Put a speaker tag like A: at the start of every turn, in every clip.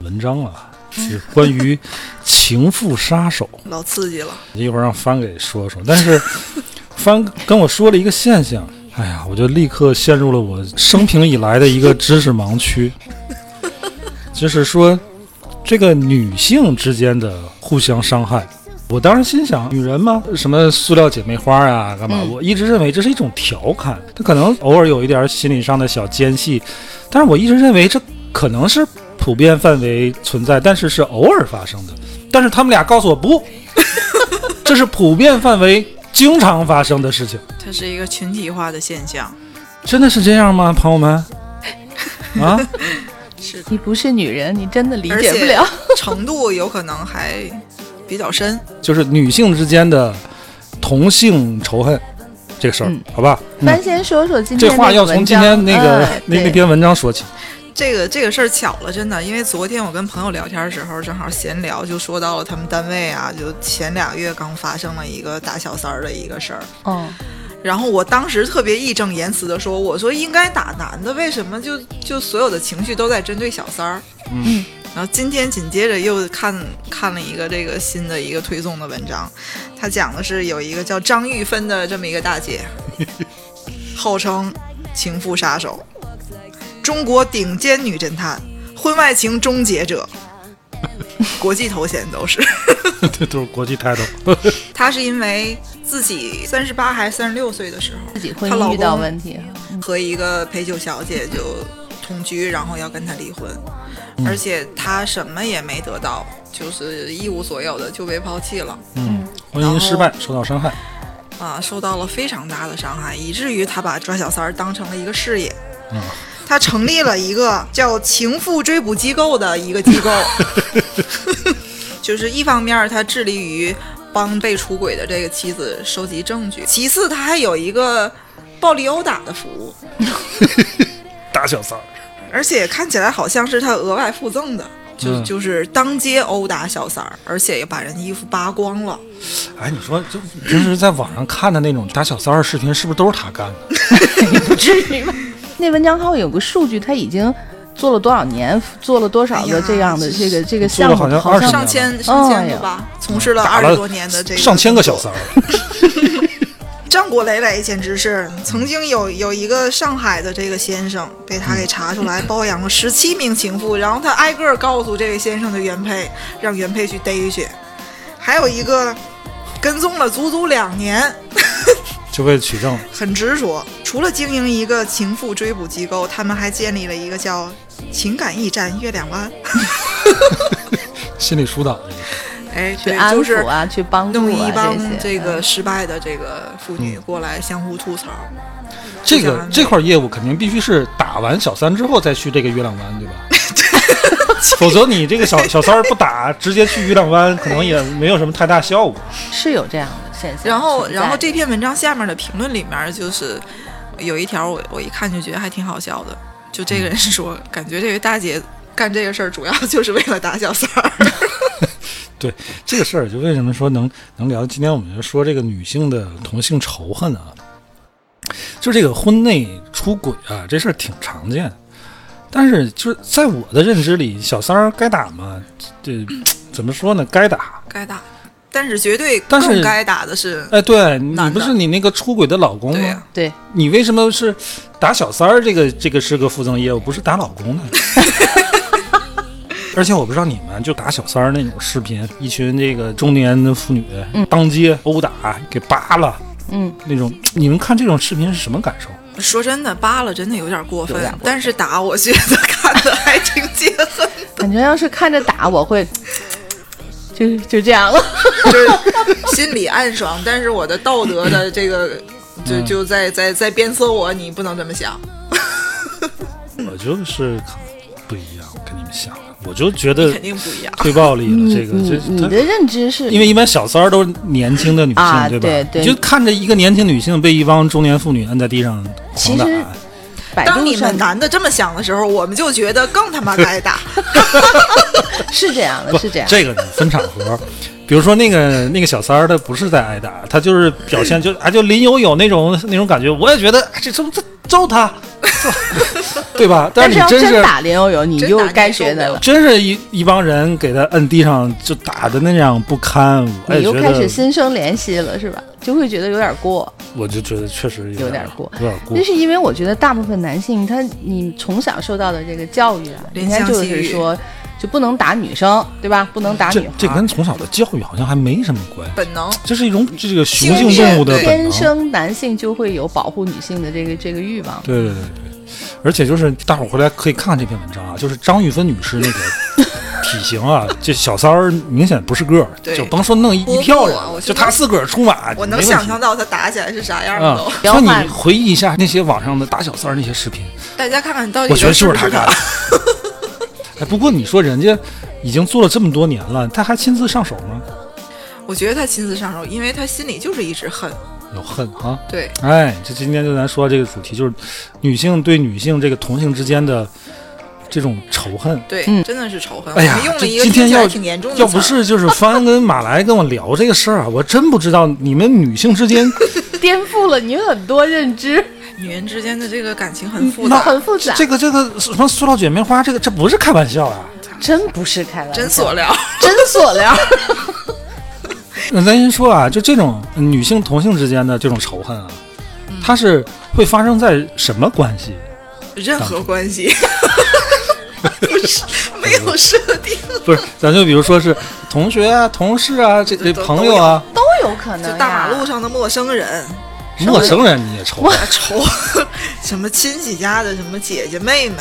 A: 文章啊，是关于情妇杀手，
B: 老刺激了。
A: 一会儿让帆给说说。但是帆跟我说了一个现象，哎呀，我就立刻陷入了我生平以来的一个知识盲区，就是说这个女性之间的互相伤害。我当时心想，女人嘛，什么塑料姐妹花啊，干嘛？
C: 嗯
A: 我一直认为这是一种调侃，她可能偶尔有一点心理上的小间隙，但是我一直认为这可能是普遍范围存在，但是是偶尔发生的。但是他们俩告诉我不，这是普遍范围经常发生的事情，
B: 它是一个群体化的现 象，
A: 真的是这样吗，朋友们？啊，
B: 是
C: 你不是女人，你真的理
B: 而
C: 解
B: 且嗯
C: 不了。
B: 程度有可能还比较深。
A: 就是女性之间的同性仇恨这个事儿，
C: 嗯
A: 好吧？嗯
C: 咱先说说今
A: 这
C: 天
A: 话
C: 那个
A: 要从
C: 文
A: 今
C: 章
A: 天那个、
C: 哎
A: 那那
C: 对
A: 篇文章说起。
B: 这个这个事儿巧了，真的，因为昨天我跟朋友聊天的时候，正好闲聊就说到了他们单位啊，就前俩月刚发生了一个打小三儿的一个事儿。
C: 哦，
B: 然后我当时特别义正言辞的说：“我说应该打男的，为什么就就所有的情绪都在针对小三儿？”
A: 嗯。
B: 然后今天紧接着又看看了一个这个新的一个推送的文章，它讲的是有一个叫张玉芬的这么一个大姐，号称情妇杀手，中国顶尖女侦探，婚外情终结者，国际头衔都是。
A: 这都是国际 title，
B: 她是因为自己三十八还是三十六岁的时候，
C: 自己婚
B: 她老
C: 姻遇到
B: 公
C: 问题，
B: 和一个陪酒小姐就同居，然后要跟她离婚，而且她什么也没得到，就是一无所有的就被抛弃了
A: 嗯，婚姻失败，受到伤害，
B: 啊，受到了非常大的伤害，以至于她把抓小三儿当成了一个事业。
A: 嗯
B: 她成立了一个叫“情妇追捕机构”的一个机构，就是一方面她致力于帮被出轨的这个妻子收集证据，其次她还有一个暴力殴打的服务。
A: 打小三儿，
B: 而且看起来好像是他额外附赠的，就、
A: 嗯
B: 就是当街殴打小三儿，而且也把人衣服扒光了。
A: 哎，你说就平时在网上看的那种打小三儿的视频，是不是都是他干的？
C: 不至于吧？那文章它有个数据，它已经做了多少年，做了多少
B: 哎
C: 个
B: 呀
C: 这样的这个这个
A: 做
C: 项
A: 了
C: 目，
A: 好像20
B: 上
A: 年
B: 千上千
C: 哎
B: 个
C: 呀
B: 吧，从事了
A: 哦打
B: 二
A: 了
B: 十多年的这个
A: 上千个小
B: 工
A: 三
B: 作，
A: 儿，
B: 战果累累，简直是！曾经有有一个上海的这个先生被他给查出 来包养了十七名情妇，然后他挨个儿告诉这位先生的原配，让原配去逮去。还有一个跟踪了足足两年，
A: 就为了取证，
B: 很执着。除了经营一个情妇追捕机构，他们还建立了一个叫“情感驿站月亮湾
A: 心理疏导这个。”，
B: 哎，
C: 去
B: 对，
C: 安
B: 就是
C: 抚啊，去帮助
B: 弄
C: 啊
B: 一帮
C: 些。
B: 这个
C: 嗯
B: 失败的这个妇女过来相互吐槽。
A: 这
B: 互相
A: 个
B: 安慰
A: 这块业务肯定必须是打完小三之后再去这个月亮湾， 对吧？否则你这个小小三儿不打，直接去月亮湾，可能也没有什么太大效果。
C: 是有这样的现象。
B: 然后，
C: 存在
B: 然后
C: 的
B: 这篇文章下面的评论里面就是有一条我我一看就觉得还挺好笑的，就这个
C: 嗯
B: 人说，感觉这位大姐干这个事儿主要就是为了打小三儿。
A: 对这个事儿，就为什么说能能聊？今天我们就说这个女性的同性仇恨啊，就这个婚内出轨啊，这事儿挺常见。但是就是在我的认知里，小三儿该打嘛，这怎么说呢？该打。
B: 该打，但是绝对
A: 但是
B: 更该打的是，
A: 哎，对你
B: 男的
A: 不是你那个出轨的老公
B: 对
A: 吗？
B: 呀、
C: 对
A: 你为什么是打小三儿？这个这个是个附赠业务，不是打老公呢？ 而且我不知道你们就打小三儿那种视频，一群这个中年的妇女、当街殴打，给扒了
C: 嗯，
A: 那种，你们看这种视频是什么感受？
B: 说真的，扒了真的有点过分，
C: 有点过分
B: 但是打我觉得 看的还挺解恨，
C: 感觉要是看着打，我会就就这样了。
B: 就是心里暗爽，但是我的道德的这个就
A: 嗯
B: 就在在在鞭策我，你不能这么想。
A: 我就是看不一样，跟你们想的，我就觉得
B: 肯定不一样。
A: 退暴力了，
C: 你
A: 这个
C: 你
A: 这
C: 你
A: 他
C: 的认知是
A: 因为一般小三儿都是年轻的女性，
C: 啊
A: 吧？
C: 对对
A: 你就看着一个年轻女性被一帮中年妇女摁在地上
C: 其
A: 狂打，
C: 实百
B: 当
C: 度
B: 你
C: 上
B: 们男的这么想的时候，我们就觉得更他妈 该打。
C: 是这样的，
A: 不
C: 是这样的。
A: 这个得分场合。 比如说那个那个小三儿，他不是在挨打，他就是表 现就啊，就林有有那种那种感觉，我也觉得哎这这这揍他，揍 对 吧？但
C: 但
A: 是你
C: 要
A: 真
C: 真
A: 是
C: 打林悠悠，你
B: 真
C: 就
B: 打你
C: 该
B: 就
C: 学的
B: 没有
C: 了，
A: 真是一一帮人给他摁地上就打的那样不堪，我也
C: 你又
A: 觉
C: 开始
A: 得，
C: 心生怜惜了，是吧？就会觉得有点过。
A: 我就觉得确实
C: 有
A: 点
C: 点过
A: 有点过
C: 那。是因为我觉得大部分男性他你从小受到的这个教育啊，
B: 怜
C: 应该
B: 香
C: 就
B: 惜
C: 是
B: 玉
C: 说就不能打女生，对吧？不能打
A: 这
C: 女孩儿。
A: 这跟从小的教育好像还没什么关系，
B: 本能，
A: 这是一种这个雄
B: 性
A: 性动物的
B: 对
A: 本
C: 天
A: 能。
C: 生男性就会有保护女性的这个这个欲望。
A: 对对对对，而且就是大伙儿回来可以看看这篇文章啊，就是张玉芬女士那个体型 啊，这小三儿明显不是个儿，
B: 对
A: 就甭说弄一
B: 我
A: 一票人
B: 不啊
A: 了，
B: 我
A: 就
B: 就
A: 她
B: 能
A: 自个儿出马，
B: 我
A: 没
B: 能
A: 问
B: 想
A: 题
B: 象到他打起来是啥样的
A: 啊
B: 都。！
C: 不要
A: 说你
C: 换
A: 回忆一下那些网上的打小三儿那些视频，
B: 大家看看到底
A: 我觉得是
B: 不
A: 不是他干的？ 哎，不过你说人家已经做了这么多年了，他还亲自上手吗？
B: 我觉得他亲自上手，因为他心里就是一直恨。
A: 有恨啊！
B: 对，
A: 哎，这今天就咱说这个主题，就是女性对女性这个同性之间的这种仇恨。
B: 对，
C: 嗯
B: 真的是仇恨。
A: 哎呀
B: 啊我们用
A: 这
B: 了一个
A: 今
B: 听
A: 天
B: 起来
A: 要
B: 挺严重的词
A: 要
B: 儿，
A: 不是就是帆跟马来跟我聊这个事儿啊，我真不知道你们女性之间
C: 颠覆了你很多认知，
B: 女人之间的这个感情很 复
A: 那
B: 杂，
C: 很复杂，
A: 这个这个什么塑料姐妹花，这个这不是开玩笑啊。
C: 真不是开玩笑，
B: 真所料。
C: 真所 料。
A: 那咱先说啊，就这种女性同性之间的这种仇恨啊，
B: 嗯
A: 它是会发生在什么关系？
B: 任何关系，不是 没有设定，
A: 不是，咱就比如说是同学啊、同事啊、这这
B: 都
A: 朋友啊、
C: 都有可能
B: 就
C: 呀
B: 大马路上的陌生人，
C: 有
A: 陌生人你也仇恨。
B: 啊仇什么亲戚家的什么姐姐妹妹，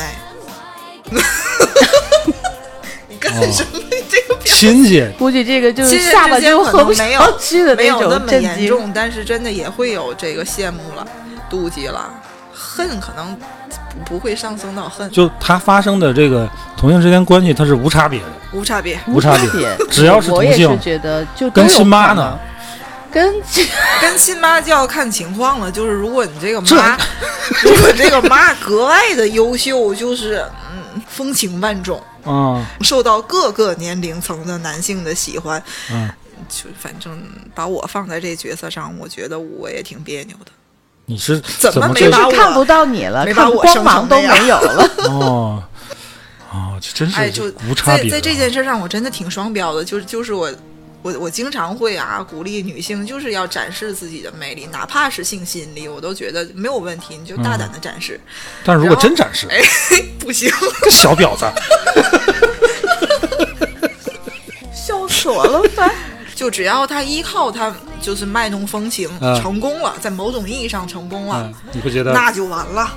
B: 你干什么？这个表
A: 亲戚，
C: 估计这个就是
B: 亲人
C: 下巴
B: 之间
C: 就
B: 可
C: 合
B: 能
C: 不
B: 没
C: 上
B: 有
C: 去的
B: 没有那
C: 种
B: 么
C: 震
B: 严
C: 惊。
B: 重，但是真的也会有这个羡慕了、妒忌了、恨，可能不不会上升到恨，
A: 就它发生的这个同性之间关系，它是无差别的。
B: 无差别，
A: 无差别只要是
C: 我
A: 同
C: 也
A: 性
C: 是觉得就
A: 跟
C: 都有
A: 亲妈
C: 可
A: 呢
C: 能，跟亲
B: 跟亲妈就要看情况了，就是如果你这个
A: 这
B: 妈， 如果这个妈格外的优秀，就是嗯风情万种，
A: 嗯
B: 受到各个年龄层的男性的喜欢，
A: 嗯，
B: 就反正把我放在这角色上，我觉得我也挺别扭的。
A: 你是
B: 怎么
A: 么
B: 没
A: 这
B: 把
C: 就
B: 我
C: 是看不到你了，
B: 没把
C: 看
B: 我
C: 光
B: 生
C: 芒
B: 成
C: 都
B: 那样
C: 没有了。
A: 哦，哦，这真
B: 哎，
A: 是
B: 就
A: 无差
B: 在
A: 别、啊
B: 在这件事上，我真的挺双标的，就是就是我。我我经常会啊鼓励女性，就是要展示自己的魅力，哪怕是性吸引力，我都觉得没有问题，你就大胆的展示。
A: 但如果
B: 然后
A: 真展示，
B: 哎，
A: 嗯
B: 不行，
A: 这小婊子，
C: 笑死我 了，烦。
B: 就只要他依靠他就是卖弄风情、
A: 嗯
B: 成功了，在某种意义上成功了
A: 嗯，你会觉得
B: 那就完了。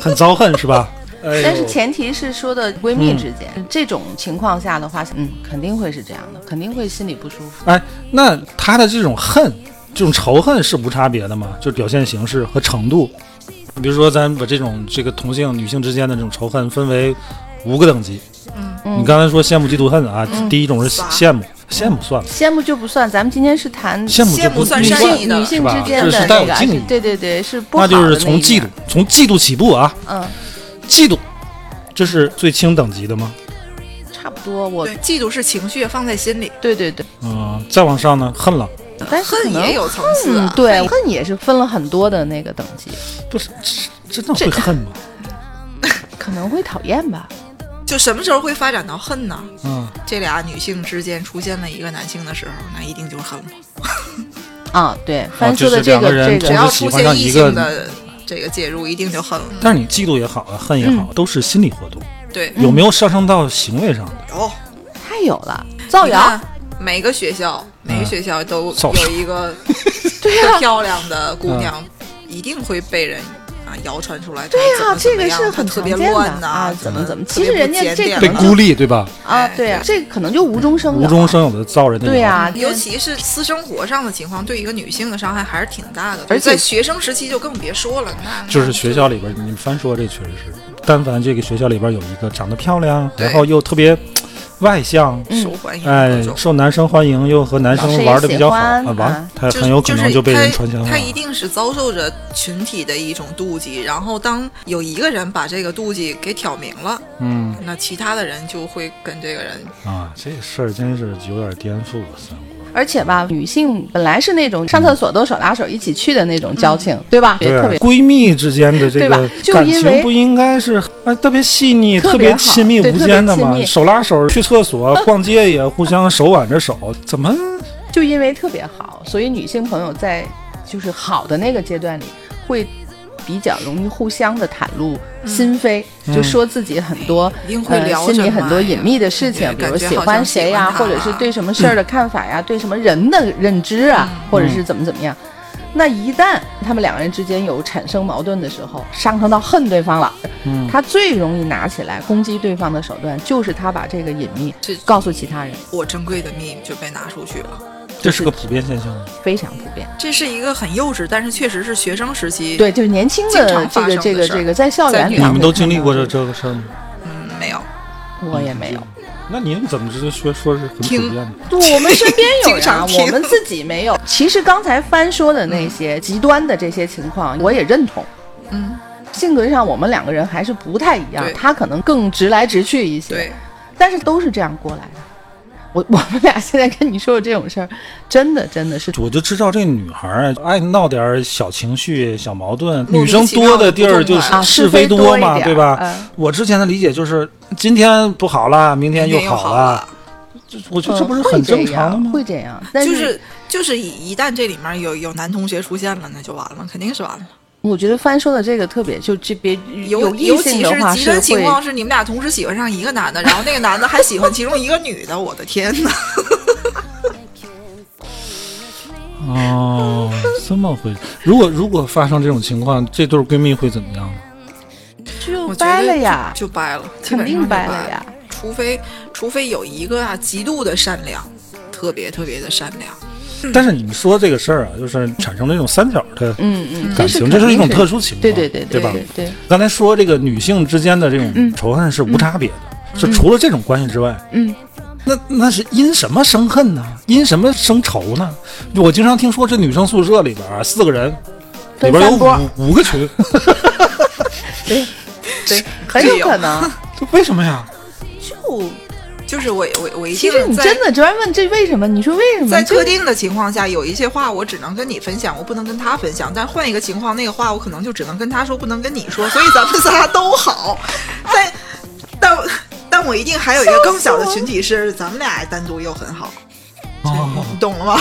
A: 很遭恨是吧？哎呦
C: 但是前提是说的闺
A: 嗯
C: 蜜之间，这种情况下的话，嗯，肯定会是这样的，肯定会心里不舒服。
A: 哎，那他的这种恨，这种仇恨是无差别的吗？就表现形式和程度。比如说，咱把这种这个同性、女性之间的这种仇恨分为五个等级。
C: 嗯
A: 你刚才说羡慕、嫉妒、恨啊，第一种是
B: 是吧
A: 羡慕，羡慕算了，
C: 羡慕就不算，咱们今天是谈
A: 羡慕就
B: 羡慕
A: 不
B: 算
A: 不
B: 善
A: 算
B: 意
C: 女
B: 的
C: 性
A: 是吧
C: 之间
A: 这
C: 的
A: 是带
C: 那
A: 有
C: 个，
A: 敬意
C: 是对对对，是不好
A: 那
C: 的
A: 就是从
C: 一
A: 嫉妒
C: 面，
A: 从嫉妒起步啊，
C: 嗯，
A: 嫉妒，这是最轻等级的吗？
C: 差不多，我
B: 对，嫉妒是情绪放在心里，
C: 对对对，
A: 嗯、再往上呢，恨了，
C: 但是可
B: 恨
C: 能
B: 也有层次
C: 嗯
B: 啊。，
C: 对，恨也是分了很多的那个等级，
A: 不是真的会恨吗？
C: 可能会讨厌吧。
B: 就什么时候会发展到恨呢？
A: 嗯，
B: 这俩女性之间出现了一个男性的时候，那一定就是恨了。
C: 啊，对，
A: 啊
C: 翻
A: 就
C: 说的
A: 是
C: 这
A: 两个
C: 这
A: 人
B: 只
A: 同
C: 个，
B: 要
A: 时喜
B: 出
A: 欢上
B: 现
A: 一
B: 异
A: 个
B: 性的这个介入，一定就恨了。
A: 但是你嫉妒也好啊，恨也好，都是心理活动，
B: 对，
C: 嗯
A: 有没有上升到行为上的？
B: 有
C: 太有了，造
B: 你
C: 谣
B: 看，每个学校，每个学校都
A: 嗯造谣
B: 有一个
C: 对啊呀、
B: 漂亮的姑娘，一定会被人。啊，谣传出来，
C: 对
B: 呀、
C: 呀、这个
B: 样
C: 是很
B: 特
C: 常
B: 别
C: 见的
B: 乱呐、
C: 啊，怎么怎么，其
B: 特
C: 实
B: 别
C: 人
B: 不
C: 家
B: 检
C: 这
B: 点
C: 可
A: 被
C: 能
A: 孤立，对吧？
C: 啊，
B: 哎
C: 对呀、
B: 对
C: 这可能就无中生
A: 嗯
C: 有，
A: 无中生有的造人的谣
C: 对呀、
B: 尤其是私生活上的情况，对一个女性的伤害还是挺大的，
C: 而且
B: 在学生时期就更别说了。那
A: 啊就是学校里边，你们翻说这确实是但凡这个学校里边有一个长得漂亮，
B: 对
A: 然后又特别外向，
C: 嗯
B: 受欢迎
A: 哎
B: 那，种。
A: 受男生欢迎又和男
C: 老师
A: 生
C: 也
A: 玩的比较好
C: 喜欢
A: 啊，完
C: 啊
A: 他
B: 就是
A: 很有可能就被人传香
B: 就
A: 了
B: 是他。他一定是遭受着群体的一种妒忌，然后当有一个人把这个妒忌给挑明了，
A: 嗯
B: 那其他的人就会跟这个人
A: 啊，这事儿真是有点颠覆我三观。
C: 而且吧，女性本来是那种上厕所都手拉手一起去的那种交情，嗯对吧？
A: 对啊
C: 特别
A: 闺蜜之间的这
C: 对吧
A: 个
C: 就
A: 感
C: 因
A: 情
C: 为
A: 不应该是哎特别细腻、
C: 特
A: 特
C: 别
A: 别
C: 好
A: 亲密无
C: 对特别
A: 间的嘛
C: 亲，密
A: 手拉手去厕 所、逛街也互相手挽着手，怎么
C: 就因为特别好，所以女性朋友在就是好的那个阶段里，会比较容易互相的袒露心扉，
A: 嗯
C: 就说自己很多、
B: 哎一定会聊
C: 呃、
B: 着
C: 心里
B: 嘛
C: 很多隐秘的事情
B: 嗯，
C: 比如
B: 感觉
C: 喜
B: 好像
C: 欢谁呀、
B: 喜欢他啊
C: 或者是对什么事儿的看法 呀、对什么人的认知啊，
B: 嗯
C: 或者是怎么怎么样。那一旦他们两个人之间有产生矛盾的时候，上升到恨对方了，
A: 嗯
C: 他最容易拿起来攻击对方的手段，就是他把这个隐秘
B: 这
C: 告诉其他人，
B: 我珍贵的秘密就被拿出去了。
A: 这是个普遍现象吗？
C: 非常普遍。
B: 这是一个很幼稚，但是确实是学生时期
C: 对，就是年轻
B: 经
C: 的
B: 常
C: 这
B: 发
C: 个
B: 生
C: 这
B: 的
C: 个
B: 事儿
C: 这个在校
B: 在
C: 园
B: 女
C: 里，
A: 你们都经历过这，这个事儿吗？
B: 嗯没有，
C: 我也没有。
A: 那你们怎么直接说说是很普
B: 听
A: 遍的？
C: 我们身边
B: 经
C: 有呀
B: 常，听
C: 我们自己没有。其实刚才帆说的那些极端的这些情况，我也认同。
B: 嗯，
C: 性格上我们两个人还是不太一样
B: 对，
C: 他可能更直来直去一些，
B: 对，
C: 但是都是这样过来的。我我们俩现在跟你说的这种事儿，真的真的是
A: 我就知道这女孩儿啊爱闹点儿小情绪、小矛盾，
B: 名
A: 女生多的地儿就
B: 其妙
A: 是
C: 啊，
A: 是
C: 非
A: 多
C: 一
A: 嘛，
C: 点
A: 对吧？
C: 嗯
A: 我之前的理解就是，今天不好了，明天又
B: 又好
A: 了，，这我觉得这不是很正常的吗
C: 嗯？会这样，会这样但
B: 就是就是一一旦这里面有有男同学出现了，那就完了，肯定是完了。
C: 我觉得帆说的这个特别，就这别
B: 尤
C: 异
B: 尤
C: 性
B: 其
C: 的话
B: 极
C: 是
B: 端情
C: 会
B: 况是你们俩同时喜欢上一个男的，然后那个男的还喜欢其中一个女的，我的天哪！
A: 哦，这么回事。如果如果发生这种情况，这对闺蜜会怎么样？
C: 就
B: 我觉
C: 掰
B: 得
C: 了呀，
B: 就掰了，基
C: 肯
B: 本上
C: 定
B: 就
C: 掰
B: 掰
C: 了呀。。
B: 除非除非有一个啊极度的善良，特别特别的善良，
A: 但是你们说这个事儿啊，就是产生了一种三角的
C: 嗯嗯，
A: 感情，这
C: 肯
A: 是一种
C: 定
A: 特。殊情况，
C: 对对对
A: 吧？
C: 对对，
A: 刚才说这个女性之间的这种
C: 嗯
A: 仇恨是无差别的，就除了这种关系之外，
C: 嗯，
A: 那那是因什么生恨呢？因什么生仇呢？我经常听说这女生宿舍里边啊四个人，里
C: 分
A: 边有
C: 三波，
A: 五五个 群，
C: 对对，很有可能。
A: 这为什么呀？
C: 就
B: 就是我我我一
C: 其实
B: 定
C: 你
B: 在
C: 真的专问这为什么？你说
A: 嗯
C: 为什么？
B: 在
C: 就
B: 特定的情况下，有一些话我只能跟你分享，我不能跟他分享。但换一个情况，那个话我可能就只能跟他说，不能跟你说。所以咱们 仨都好，但但但我一定还有一个更小的群体是，咱们俩单独又很好，
A: 哦，
B: 你懂了吗？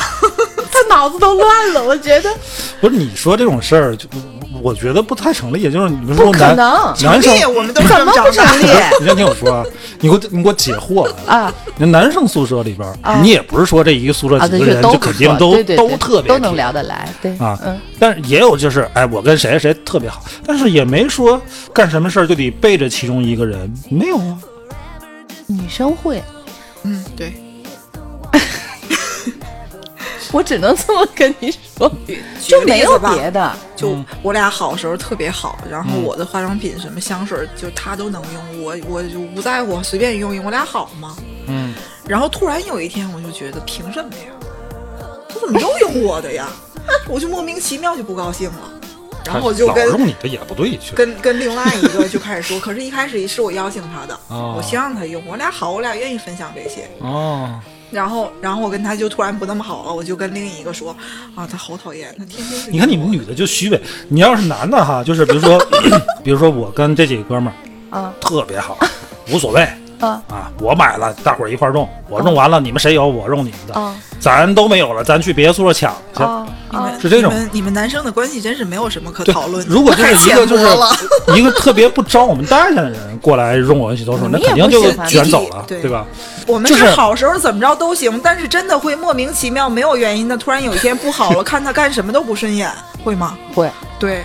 C: 他脑子都乱了，我觉得
A: 不是你说这种事儿，就我我觉得不太成立。就是你们
C: 不
A: 说
C: 可
A: 男
C: 能
A: 男生
B: 成立，我们都是这么
C: 怎
B: 长
C: 么不
B: 大
C: 成立
B: 的。
A: 你先听我说啊，你给我你给我解惑啊！
C: 啊
A: 那男生宿舍里边儿，
C: 啊
A: 你也不是说这一个宿舍
C: 啊，
A: 几
C: 对，
A: 个
C: 就
A: 人
C: 都
A: 就
C: 不
A: 肯
C: 错
A: 定都
C: 对对对
A: 特别
C: 都能
A: 贴
C: 聊得来，对
A: 啊
C: 嗯，
A: 但是也有就是，哎，我跟谁谁特别好，但是也没说干什么事儿就得背着其中一个人，没有啊。
C: 女生会，
B: 嗯，对，
C: 我只能这么跟你说，
B: 举
C: 就
B: 个例
C: 没
B: 子
C: 有
B: 吧
C: 别的。
B: 就
A: 嗯
B: 我俩好的时候特别好，然后
A: 嗯
B: 我的化妆品什么香水儿就他都能用，我我就不在乎，随便用用，我俩好吗？
A: 嗯，
B: 然后突然有一天，我就觉得凭什么呀？他怎么又用我的呀？ 我就莫名其妙就不高兴了，然后我就
A: 老
B: 跟
A: 用你的也不对，去
B: 跟跟另外一个就开始说，可是一开始是我邀请他的，
A: 哦
B: 我希望他用，我俩好，我俩愿意分享这些。
A: 哦，
B: 然后然后我跟他就突然不那么好了，我就跟另一个说，啊，他好讨厌，他天天就
A: 你看你们女的就虚伪，你要是男的哈，就是比如说， 比如说我跟这几个哥们儿
C: 啊
A: 特别好，无所谓
C: 啊
A: 啊，我买了，大伙儿一块儿用，我用完了，你们谁有我用你们的，
C: 啊
A: 咱都没有了，咱去别的宿舍抢去。
C: 啊
B: 你
C: 啊！
B: 们
A: 是这种
B: 你们你们男生的关系真是没有什么可
A: 对
B: 讨论，的。
A: 如果就
B: 太
A: 是一个
B: 浅
A: 就
B: 薄
A: 是
B: 了
A: 一个特别不招我们待见的人过来用我的洗头水，
C: 你
A: 那
C: 也
A: 肯定
C: 不
A: 就
C: 喜欢
A: 卷走了，
B: 对
A: 对吧？
B: 我们
A: 就是
B: 是好时候怎么着都行，但是真的会莫名其妙没有原因的，突然有一天不 好了，看他干什么都不顺眼，会吗？
C: 会。
B: 对，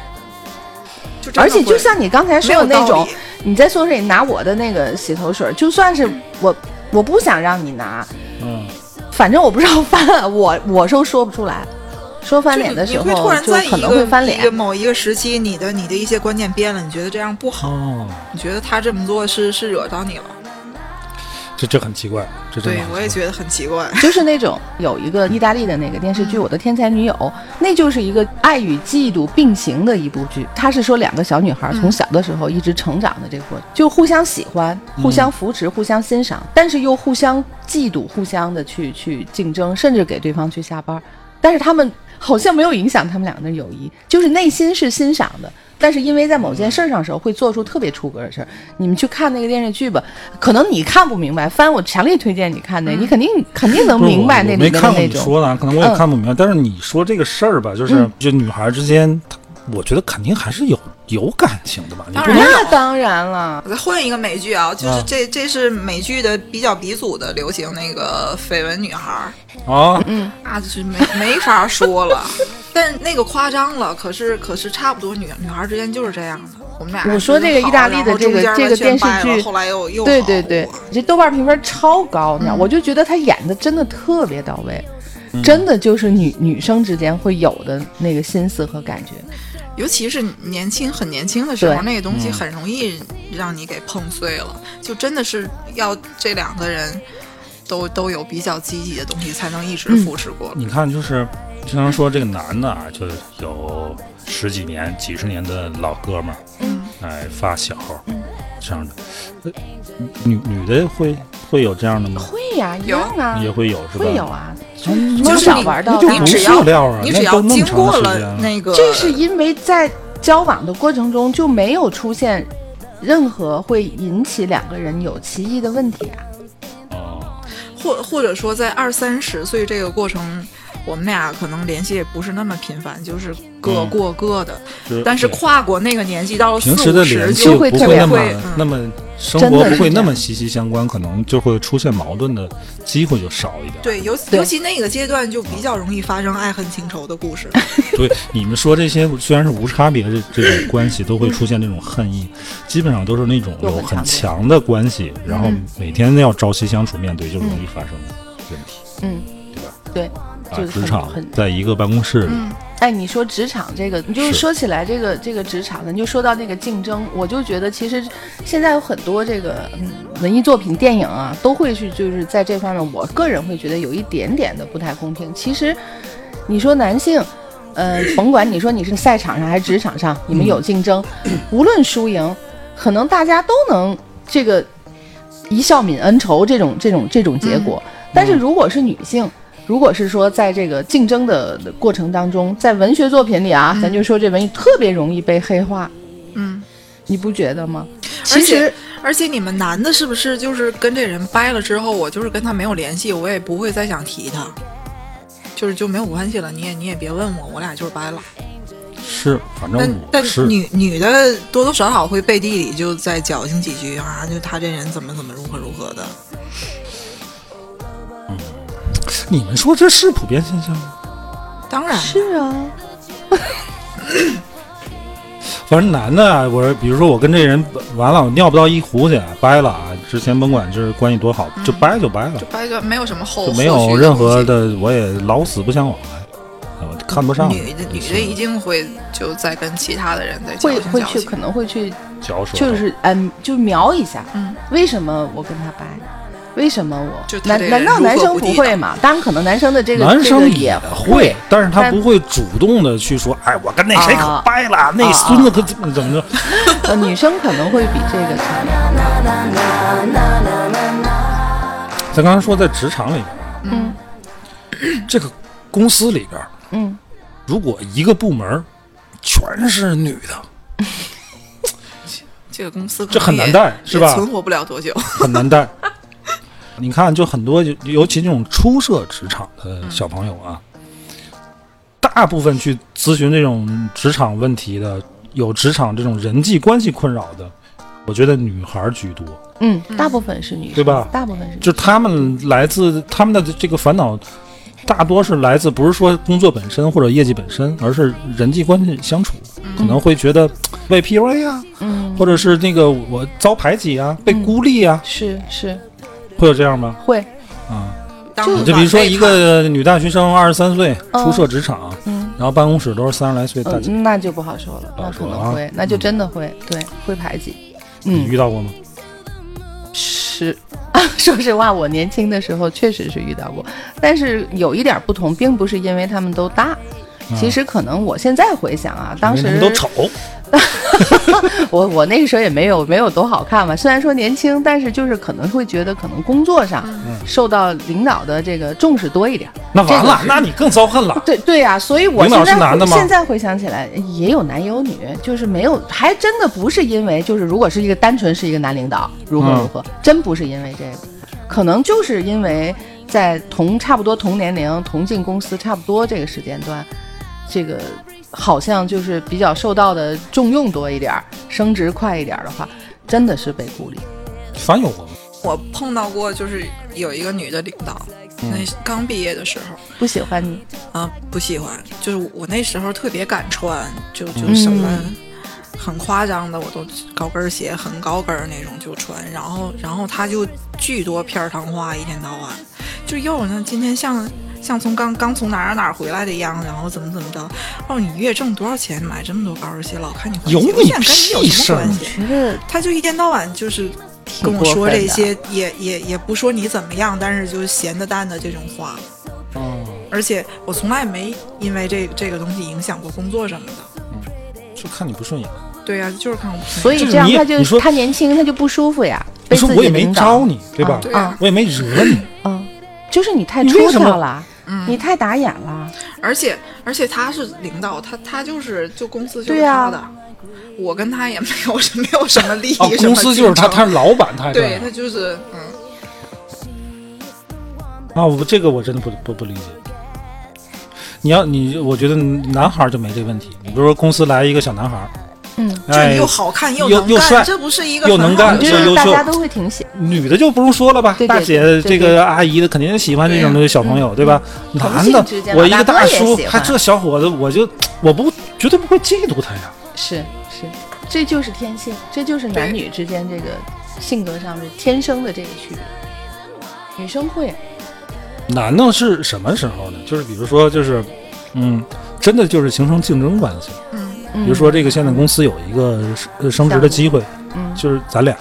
B: 就真的
C: 而且
B: 会
C: 就像你刚才说的那
B: 没有道
C: 种
B: 理，
C: 你在宿舍里拿我的那个洗头水，就算是我我不想让你拿，
A: 嗯，
C: 反正我不知道翻我我是说不出来，说翻脸的时
B: 就你你会突
C: 候，
B: 然
C: 就
B: 在一
C: 可能
B: 个
C: 会翻脸
B: 一个。某一个时期，你的你的一些观念变了，你觉得这样不好，
A: 哦，
B: 你觉得他这么做是是惹到你了？
A: 这这很奇怪，这真的
B: 对
A: 很，
B: 我也
A: 奇
B: 觉得很奇怪。
C: 就是那种有一个意大利的那个电视剧《我的天才女友》，那就是一个爱与嫉妒并行的一部剧。它是说两个小女孩从小的时候一直成长的这个过程，就互相喜欢、互相扶持、互相欣赏，但是又互相嫉妒、互相的去去竞争，甚至给对方去下班儿。但是他们好像没有影响他们俩的友谊，就是内心是欣赏的。但是因为在某件事儿上的时候会做出特别出格的事儿，你们去看那个电视剧吧，可能你看不明白，翻我强烈推荐你看那，你肯定肯定
A: 怪。
C: 能
A: 不是
C: 明白
A: 我嗯我
C: 那里
A: 没
C: 面的
A: 看过
C: 那
A: 你
C: 种。
A: 说的啊，可能我也
C: 嗯
A: 看不明白。但是你说这个事儿吧，就是就女孩之间，她我觉得肯定还是有有感情的吧。你
B: 当
A: 不
B: 然
A: 能
C: 那当然了，
B: 我再混一个美剧啊，就是
C: 嗯
A: 啊
B: 这这是美剧的比较鼻祖的流行那个绯闻女孩儿
A: 啊，
B: 啊，就是没没法说了， 但那个夸张了，可是可是差不多女女孩儿之间就是这样的。我们俩
C: 我说这个
B: 好
C: 意大利
B: 然
C: 的
B: 后
C: 这个
B: 中间
C: 这个
B: 完全
C: 电视
B: 掰了
C: 剧
B: 后来又又
C: 对
B: 好
C: 对对，这豆瓣评分超高，你知道，
B: 嗯
C: 我就觉得他演的真的特别到位，
A: 嗯
C: 真的就是女女生之间会有的那个心思和感觉。
B: 尤其是年轻很年轻的时候，
C: 对
B: 那个东西
A: 嗯
B: 很容易让你给碰碎了，就真的是要这两个人都都有比较积极的东西，才能一
C: 嗯
B: 直扶持过来。
A: 你看，就是经常说这个男的啊，就有十几年、几十年的老哥们儿，
B: 嗯，
A: 哎，发小这样的，呃女女的会会有这样的吗？
C: 会呀，一
B: 有
C: 样啊，
A: 也会有是吧？
C: 会有啊，
A: 嗯，
B: 就
A: 那
B: 是
C: 从小
B: 你
C: 玩
A: 那
C: 到
A: 就
C: 大
A: 不
B: 你只
A: 是
B: 要
A: 料啊，
B: 你
A: 那
B: 只要
A: 都那么
B: 经
A: 长的
B: 过
A: 时
B: 了
A: 间
B: 那个，
C: 这是因为在交往的过程中就没有出现任何会引起两个人有歧义的问题啊。
A: 哦，
B: 或或者说在二三十岁这个过程，我们俩可能联系也不是那么频繁，就是各
A: 嗯
B: 过各的。
A: 就是
B: 但是
A: 对
B: 跨过那个年纪，到了四
A: 平时的
B: 五十
A: 联系
B: 就
A: 不
C: 会特
A: 那
C: 别
A: 么
B: 会嗯
A: 那么生
C: 真
A: 活不
C: 的是
A: 会
C: 这
A: 那
C: 样
A: 么息息相关，可能就会出现矛盾的机会就少一点。
B: 对，尤
C: 对
B: 尤其那个阶段就比较容易发生爱恨情仇的故事。
A: 对，你们说这些虽然是无差别的这这种关系，都会出现这种恨意，基本上都是那种
C: 有
A: 有
C: 很
A: 很
C: 强
A: 强的关系，然后
C: 嗯嗯
A: 每天要朝夕相处面对，就容易发生问题，
C: 嗯，对，
A: 啊
C: 就，是
A: 职
C: 很
A: 场
C: 很
A: 在一个办公室里，
C: 哎，你说职场这个，你就是
A: 是
C: 说起来这个这个职场的，你就说到那个竞争，我就觉得其实现在有很多这个嗯文艺作品、电影啊，都会去就是在这方面，我个人会觉得有一点点的不太公平。其实你说男性。呃，甭管你说你是赛场上还是职场上，你们有竞争，无论输赢，可能大家都能这个一笑泯恩仇这种这种这种结果。但是如果是女性，如果是说在这个竞争的过程当中，在文学作品里啊，咱就说这文艺特别容易被黑化，
B: 嗯，
C: 你不觉得吗？
B: 而
C: 其
B: 且啊
C: 实
B: 而且你们男的是不是就是跟这人掰了之后，我就是跟他没有联系，我也不会再想提他，就是就没有关系了，你也你也别问我，我俩就是掰了。
A: 是，反正
B: 但
A: 我
B: 但
A: 是
B: 女女的多多少少会背地里就再矫情几句啊，就他这人怎么怎么如何如何的。
A: 你们说这是普遍现象吗？
B: 当然，
C: 是啊，
A: 反正男的啊，我比如说我跟这人完了，我尿不到一壶去，掰了啊，之前甭管就是关系多好，
C: 嗯
A: 就掰就掰了，
B: 掰个没有什么后，
A: 就没
B: 后
A: 有
B: 续
A: 任何
B: 东西
A: 的，我也老死不相往来，啊我看不上
B: 女的女的一定会就再跟其他的人再矫
C: 会
B: 情
C: 会
B: 矫
C: 去
B: 情
C: 可能会去
A: 嚼舌头，
C: 就是嗯，就瞄一下，
B: 嗯，
C: 为什么我跟他掰？为什么
B: 就
C: 我
B: 他这个
C: 难难
B: 人
C: 道
B: 如
C: 男
B: 何
C: 生
B: 不
C: 不
B: 地
C: 会
B: 道
C: 嘛？当然，可能男生的这个
A: 男
C: 这
A: 生
C: 个也
A: 会，但是他
C: 但
A: 不会主动的去说，哎，我跟那谁可
C: 啊
A: 掰了，那
C: 啊
A: 孙子可怎么怎么着。
C: 呃，女生可能会比这个强 烈。
A: 咱刚才说在职场里边，
C: 嗯
A: 这个公司里边，
C: 嗯，
A: 如果一个部门儿全是女的，
B: 这个公司可
A: 这
B: 能
A: 很难
B: 也
A: 带是
B: 也
A: 吧
B: 存活不了 多久。
A: 很难带。你看，就很多，尤尤其这种初涉职场的小朋友啊，大部分去咨询这种职场问题的，有职场这种人际关系困扰的，我觉得女孩儿居多。
C: 嗯，大部分是女生，
A: 对吧
C: 大部分是女
A: 就是他们来自他们的这个烦恼，大多是来自不是说工作本身或者业绩本身，而是人际关系相处，可能会觉得被 PUA 啊，
C: 嗯，
A: 或者是那个我遭排挤啊，被孤立啊，
C: 是是
A: 会有这样吗？
C: 会。
A: 啊，
B: 当
C: 就
A: 你就比如说一
B: 晚辈
A: 个女大学生，二十三岁
C: 嗯
A: 初涉职场，
C: 嗯。
A: 然后办公室都是三十来岁大
C: 呃
A: 姐，，
C: 那就不好说了，
A: 不好
C: 那可
A: 说了
C: 能
A: 啊
C: 会，那就真的会，对，会排挤。
A: 你
C: 嗯，
A: 遇到过吗？
C: 是，啊说实话，我年轻的时候确实是遇到过，但是有一点不同，并不是因为他们都大，其实可能我现在回想啊，当
A: 嗯因为
C: 时
A: 他们都丑，
C: 我我那个时候也没有没有多好看吧，虽然说年轻，但是就是可能会觉得可能工作上
A: 嗯
C: 受到领导的这个重视多一点。
A: 那完
C: 这个
A: 了，
C: 是
A: 那你更遭恨 了。
C: 对对呀、所以我
A: 领导
C: 现
A: 是
C: 在
A: 男的吗
C: 现在回想起来，也有男也有女，就是没有，还真的不是因为就是如果是一个单纯是一个男领导如
A: 嗯
C: 何如何，真不是因为这个，可能就是因为在同差不多同年龄、同进公司差不多这个时间段，这个好像就是比较受到的重用多一点儿，升职快一点儿的话，真的是被孤立。
A: 反有过吗？
B: 我碰到过，就是有一个女的领导，
A: 嗯
B: 那刚毕业的时候。
C: 不喜欢你，
B: 啊，不喜欢，就是我那时候特别敢穿，就就
A: 嗯
B: 什么很夸张的，我都高跟鞋很高跟儿那种就穿，然后然后他就巨多片儿糖话，一天到晚就又呢，今天像像从刚刚从哪儿哪儿回来的一样，然后怎么怎么着，哦，你月挣多少钱买这么多高跟鞋，老看你花钱，
A: 有
B: 我
A: 你
B: 想跟你有
A: 屁
B: 什
A: 事
B: 么
A: 儿
B: 关系？
C: 觉得
B: 他就一天到晚就是
C: 挺
B: 跟我
C: 过
B: 说
C: 分
B: 这
C: 的
B: 些，也也也不说你怎么样，但是就是闲的淡的这种话。
C: 哦
A: 嗯，
B: 而且我从来没因为这这个东西影响过工作什么的。
A: 就看你不顺眼。
B: 对呀、就是看我不顺眼。
C: 所以
A: 就是
C: 这样
A: 你也
C: 他就
A: 你说
C: 他年轻他就不舒服呀。
A: 你
C: 被
A: 说
C: 自己
A: 我也没
C: 领导
A: 招你，对吧？
C: 啊
B: 对
C: 啊
B: 啊
A: 我也没惹 你，
C: 嗯，就是你太
A: 你
C: 出
A: 为什么
C: 挑了，你太打眼了。
B: 嗯而且而且他是领导，他他就是就公司就
C: 对啊
B: 是
C: 呀
B: 他的，我跟他也没有没有什么利益、
A: 哦，
B: 什
A: 公
B: 么
A: 司就是他，
B: 竞争
A: 他是老板，他还这
B: 对
A: 样
B: 他就是嗯，
A: 啊，我这个我真的不不不理解。你要你，我觉得男孩儿就没这问题。你比如说公司来一个小男孩儿，
C: 嗯，
B: 就是
A: 哎
B: 又，好看
A: 又
B: 能
A: 又帅
B: 干，这不是一个
A: 又
B: 很
A: 能
B: 好
A: 干
B: 的
C: 就
A: 又
B: 事儿
A: 优
C: 是
A: 秀
C: 大家都会挺喜，
A: 女的就不用说了吧，
C: 对对
A: 大
C: 对
A: 姐
C: 对
A: 这
C: 对嗯
A: 个阿姨的肯定喜欢这种的小朋友，对吧？男
C: 同
A: 的
C: 性之间，
A: 我
C: 老
A: 一
C: 大
A: 个
C: 哥
A: 大
C: 也
A: 叔
C: 喜，
A: 他
C: 欢
A: 这小伙子，我就我不绝对不会嫉妒他呀。
C: 是是，这就是天性，这就是男女之间这个性格上面天生的这个区别。女生会，
A: 男的是什么时候呢？就是比如说，就是嗯，真的就是形成竞争关系。
C: 比
B: 嗯
A: 比如说，这个现在公司有一个升呃升职的机会，
C: 嗯
A: 就是咱俩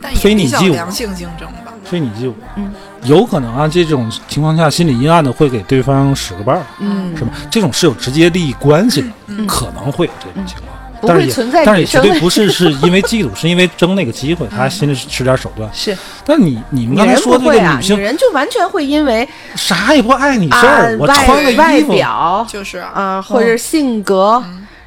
B: 但也
A: 非你
B: 比较
A: 即我
B: 良性竞争吧。
A: 非你即我。
C: 嗯
A: 有可能啊，这种情况下心理阴暗的会给对方使个绊儿，
C: 嗯
A: 是，吧？这种是有直接利益关系的，
B: 嗯
A: 可能会有这种情况。
C: 嗯不
A: 但是
C: 会
A: 也
C: 存在
A: 但是
C: 女
A: 也绝
C: 生
A: 对不是是因为 嫉妒，是因为争那个机会，他心里使点手段。
C: 是
A: 但你你们
C: 女
A: 刚才
C: 人
A: 说
C: 不
A: 这个
C: 会啊
A: 女，
C: 女
A: 性
C: 人就完全会因为
A: 啥也不碍你
C: 啊
A: 事儿，我穿个
C: 外外
A: 衣服，
C: 表
B: 就是啊，
C: 啊，或者是性格，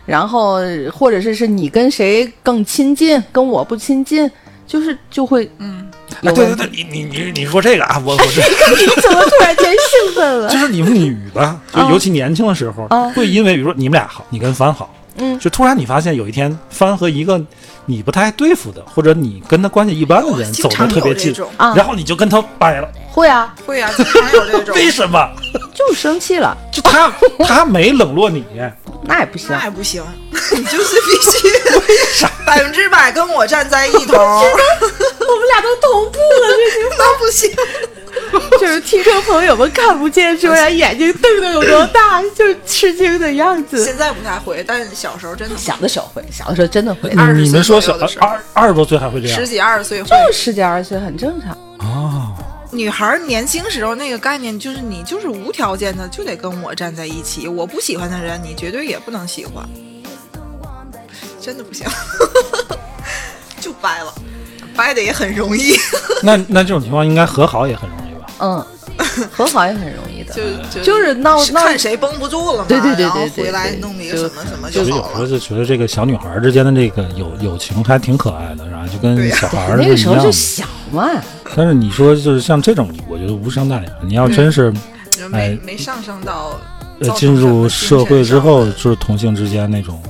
C: 然后或者是是你跟谁更亲近，跟我不亲近，就是就会
B: 嗯，
A: 哎，
C: 有
A: 对
C: 问
A: 对对，你你你你说这个啊，我我是
C: 你怎么突然间兴奋 了
A: 就？是你们女的，
C: 哦
A: 就尤其年轻的时候
C: 嗯，
A: 会因为比如说你们俩好，你跟帆好，
C: 嗯
A: 就突然你发现有一天帆和一个你不太对付的，或者你跟他关系一般的人走
B: 我经
A: 得
B: 常
A: 特别
B: 有这
A: 近
B: 种，
C: 啊
A: 然后你就跟他掰了，
C: 会啊，
B: 会啊，经常有这 种，
A: 为什么？
C: 就生气了，
A: 就他他没冷落你，
C: 那也不行
B: 那。也不行， 你就是 必须百分之百跟我站在一头，
C: 我们俩都同步了，
B: 那不行。
C: 这就是听众朋友们看不见，说然眼睛瞪得有多大，就是吃惊的样 子。
B: 现在不太会，但小时候真的
C: 小的时候会，小的时候真的会，
B: 二十
A: 你们
B: 岁
A: 说
B: 左
A: 小
B: 右的时候
A: 二二十多岁还
C: 啊
A: 会这样
B: 十几二十岁会。
C: 就是十几二十岁很正常。
A: 哦，
B: 女孩儿年轻时候那个概念就是你就是无条件的就得跟我站在一起，我不喜欢的人你绝对也不能喜欢，真的不行， 就掰了，掰的也很容易，
A: 那那这种情况应该和好也很容易吧？
C: 嗯，和好也很容易的，
B: 就就
C: 就是闹闹
B: 看谁绷不住了嘛，
C: 对对对
B: 然后
C: 对对
B: 回来
C: 对
B: 弄一个
C: 就
B: 什么什么
A: 其
B: 就
A: 实有
B: 好
A: 时候
B: 了。
A: 就觉得这个小女孩之间的这个友友情还挺可爱的，然后就跟
B: 对呀
A: 小孩儿
C: 那个
A: 一
C: 时
A: 样的。
C: 候就小嘛，
A: 但是你说就是像这种，我觉得无伤大雅。你要真是
B: 就没
A: 哎
B: 没上升到
A: 呃
B: 造成
A: 进入
B: 什
A: 社
B: 么精神
A: 会之后，
B: 上的
A: 就是同性之间那种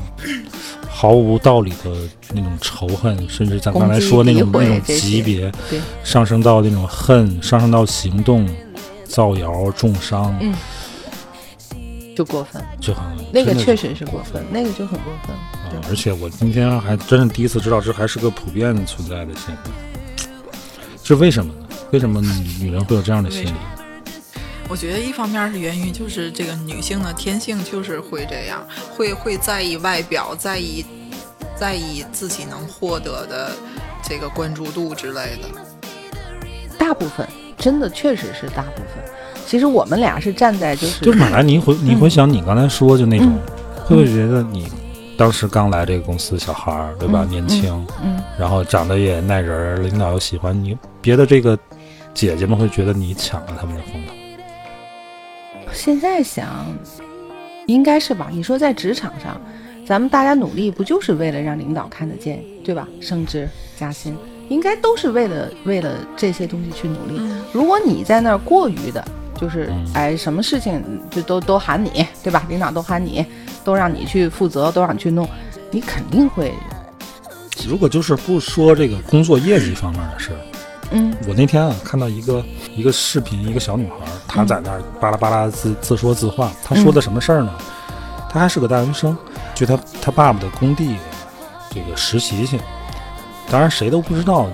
A: 毫无道理的那种仇恨，甚至咱刚才说 那种
C: 攻
A: 那种
C: 击诋毁这些
A: 级别，
C: 对，
A: 上升到那种恨，上升到行动、造谣、重伤，
C: 嗯就过分，
A: 就很
C: 那个
A: 真的
C: 确实是过分，那个就很过分。
A: 啊
C: 对，
A: 而且我今天还真是第一次知道，这还是个普遍存在的现象。这为什么呢？为什么女女人会有这样的心理？
B: 我觉得一方面是源于就是这个女性的天性就是会这样，会会在意外表，在意在意自己能获得的这个关注度之类的。
C: 大部分真的确实是大部分。其实我们俩是站在就是
A: 就是马来，你回你回想你刚才说就那种，会不会觉得你当时刚来这个公司，小孩儿对吧，
C: 嗯
A: 年轻，
C: 嗯，
A: 然后长得也耐人儿，领导又喜欢你，别的这个姐姐们会觉得你抢了他们的风头。
C: 现在想应该是吧？你说在职场上，咱们大家努力不就是为了让领导看得见，对吧？升职加薪，应该都是为了为了这些东西去努力。
B: 嗯，
C: 如果你在那儿过于的，就是
A: 嗯
C: 哎，什么事情就都都喊你，对吧？领导都喊你，都让你去负责，都让你去弄，你肯定会，
A: 如果就是不说这个工作业绩方面的事儿，
C: 嗯
A: 我那天啊看到一个一个视频，一个小女孩儿，她在那儿巴拉巴拉自自说自话，她说的什么事儿呢？她还是个大学生，去她她爸爸的工地这个实习去，当然谁都不知道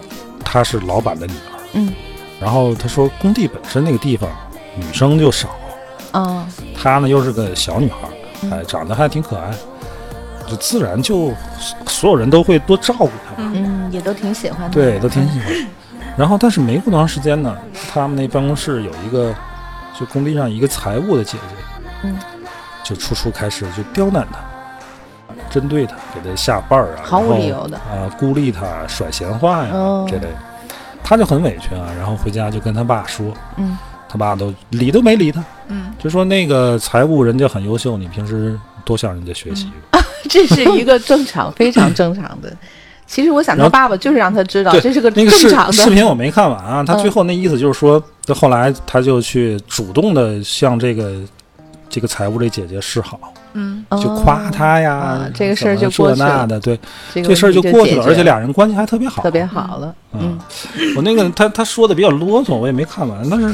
A: 她是老板的女儿。
C: 嗯
A: 然后她说工地本身那个地方女生就少，
C: 啊，
A: 她呢又是个小女孩儿，哎，长得还挺可爱，就自然就所有人都会多照顾她嘛，
C: 嗯，也都挺喜欢的，
A: 对，都挺喜 欢。然后，但是没过多长时间呢，他们那办公室有一个，就工地上一个财务的姐姐，
C: 嗯，
A: 就处处开始就刁难她，针对她，给她下绊儿啊，
C: 毫无
A: 然后
C: 理由的
A: 啊、孤立她，甩闲话呀、
C: 哦
A: 这类的，她就很委屈啊，然后回家就跟她爸说，
C: 嗯
A: 她爸都理都没理她，
B: 嗯，
A: 就说那个财务人家很优秀，你平时多向人家学
C: 嗯
A: 习。
C: 这是一个正常，非常正常 的。其实我想，
A: 然
C: 他
A: 后
C: 爸爸就是让他知道
A: 对
C: 这是个
A: 那
C: 正
A: 个视
C: 常
A: 视
C: 的，
A: 频我没看完啊，他
C: 嗯
A: 最后那意思就是说，他后来他就去主动的向这个这个财务这姐姐示好，
B: 嗯，
A: 就夸她呀，
C: 哦啊这个事儿
A: 怎么
C: 就过去
A: 这那
C: 了
A: 的，对，
C: 这个
A: 这事儿
C: 问题
A: 就过去
C: 解
A: 了，
C: 决
A: 而且俩人关系还特别好，
C: 特别好了，嗯
A: 嗯，我那个他他说的比较啰嗦，我也没看完，但是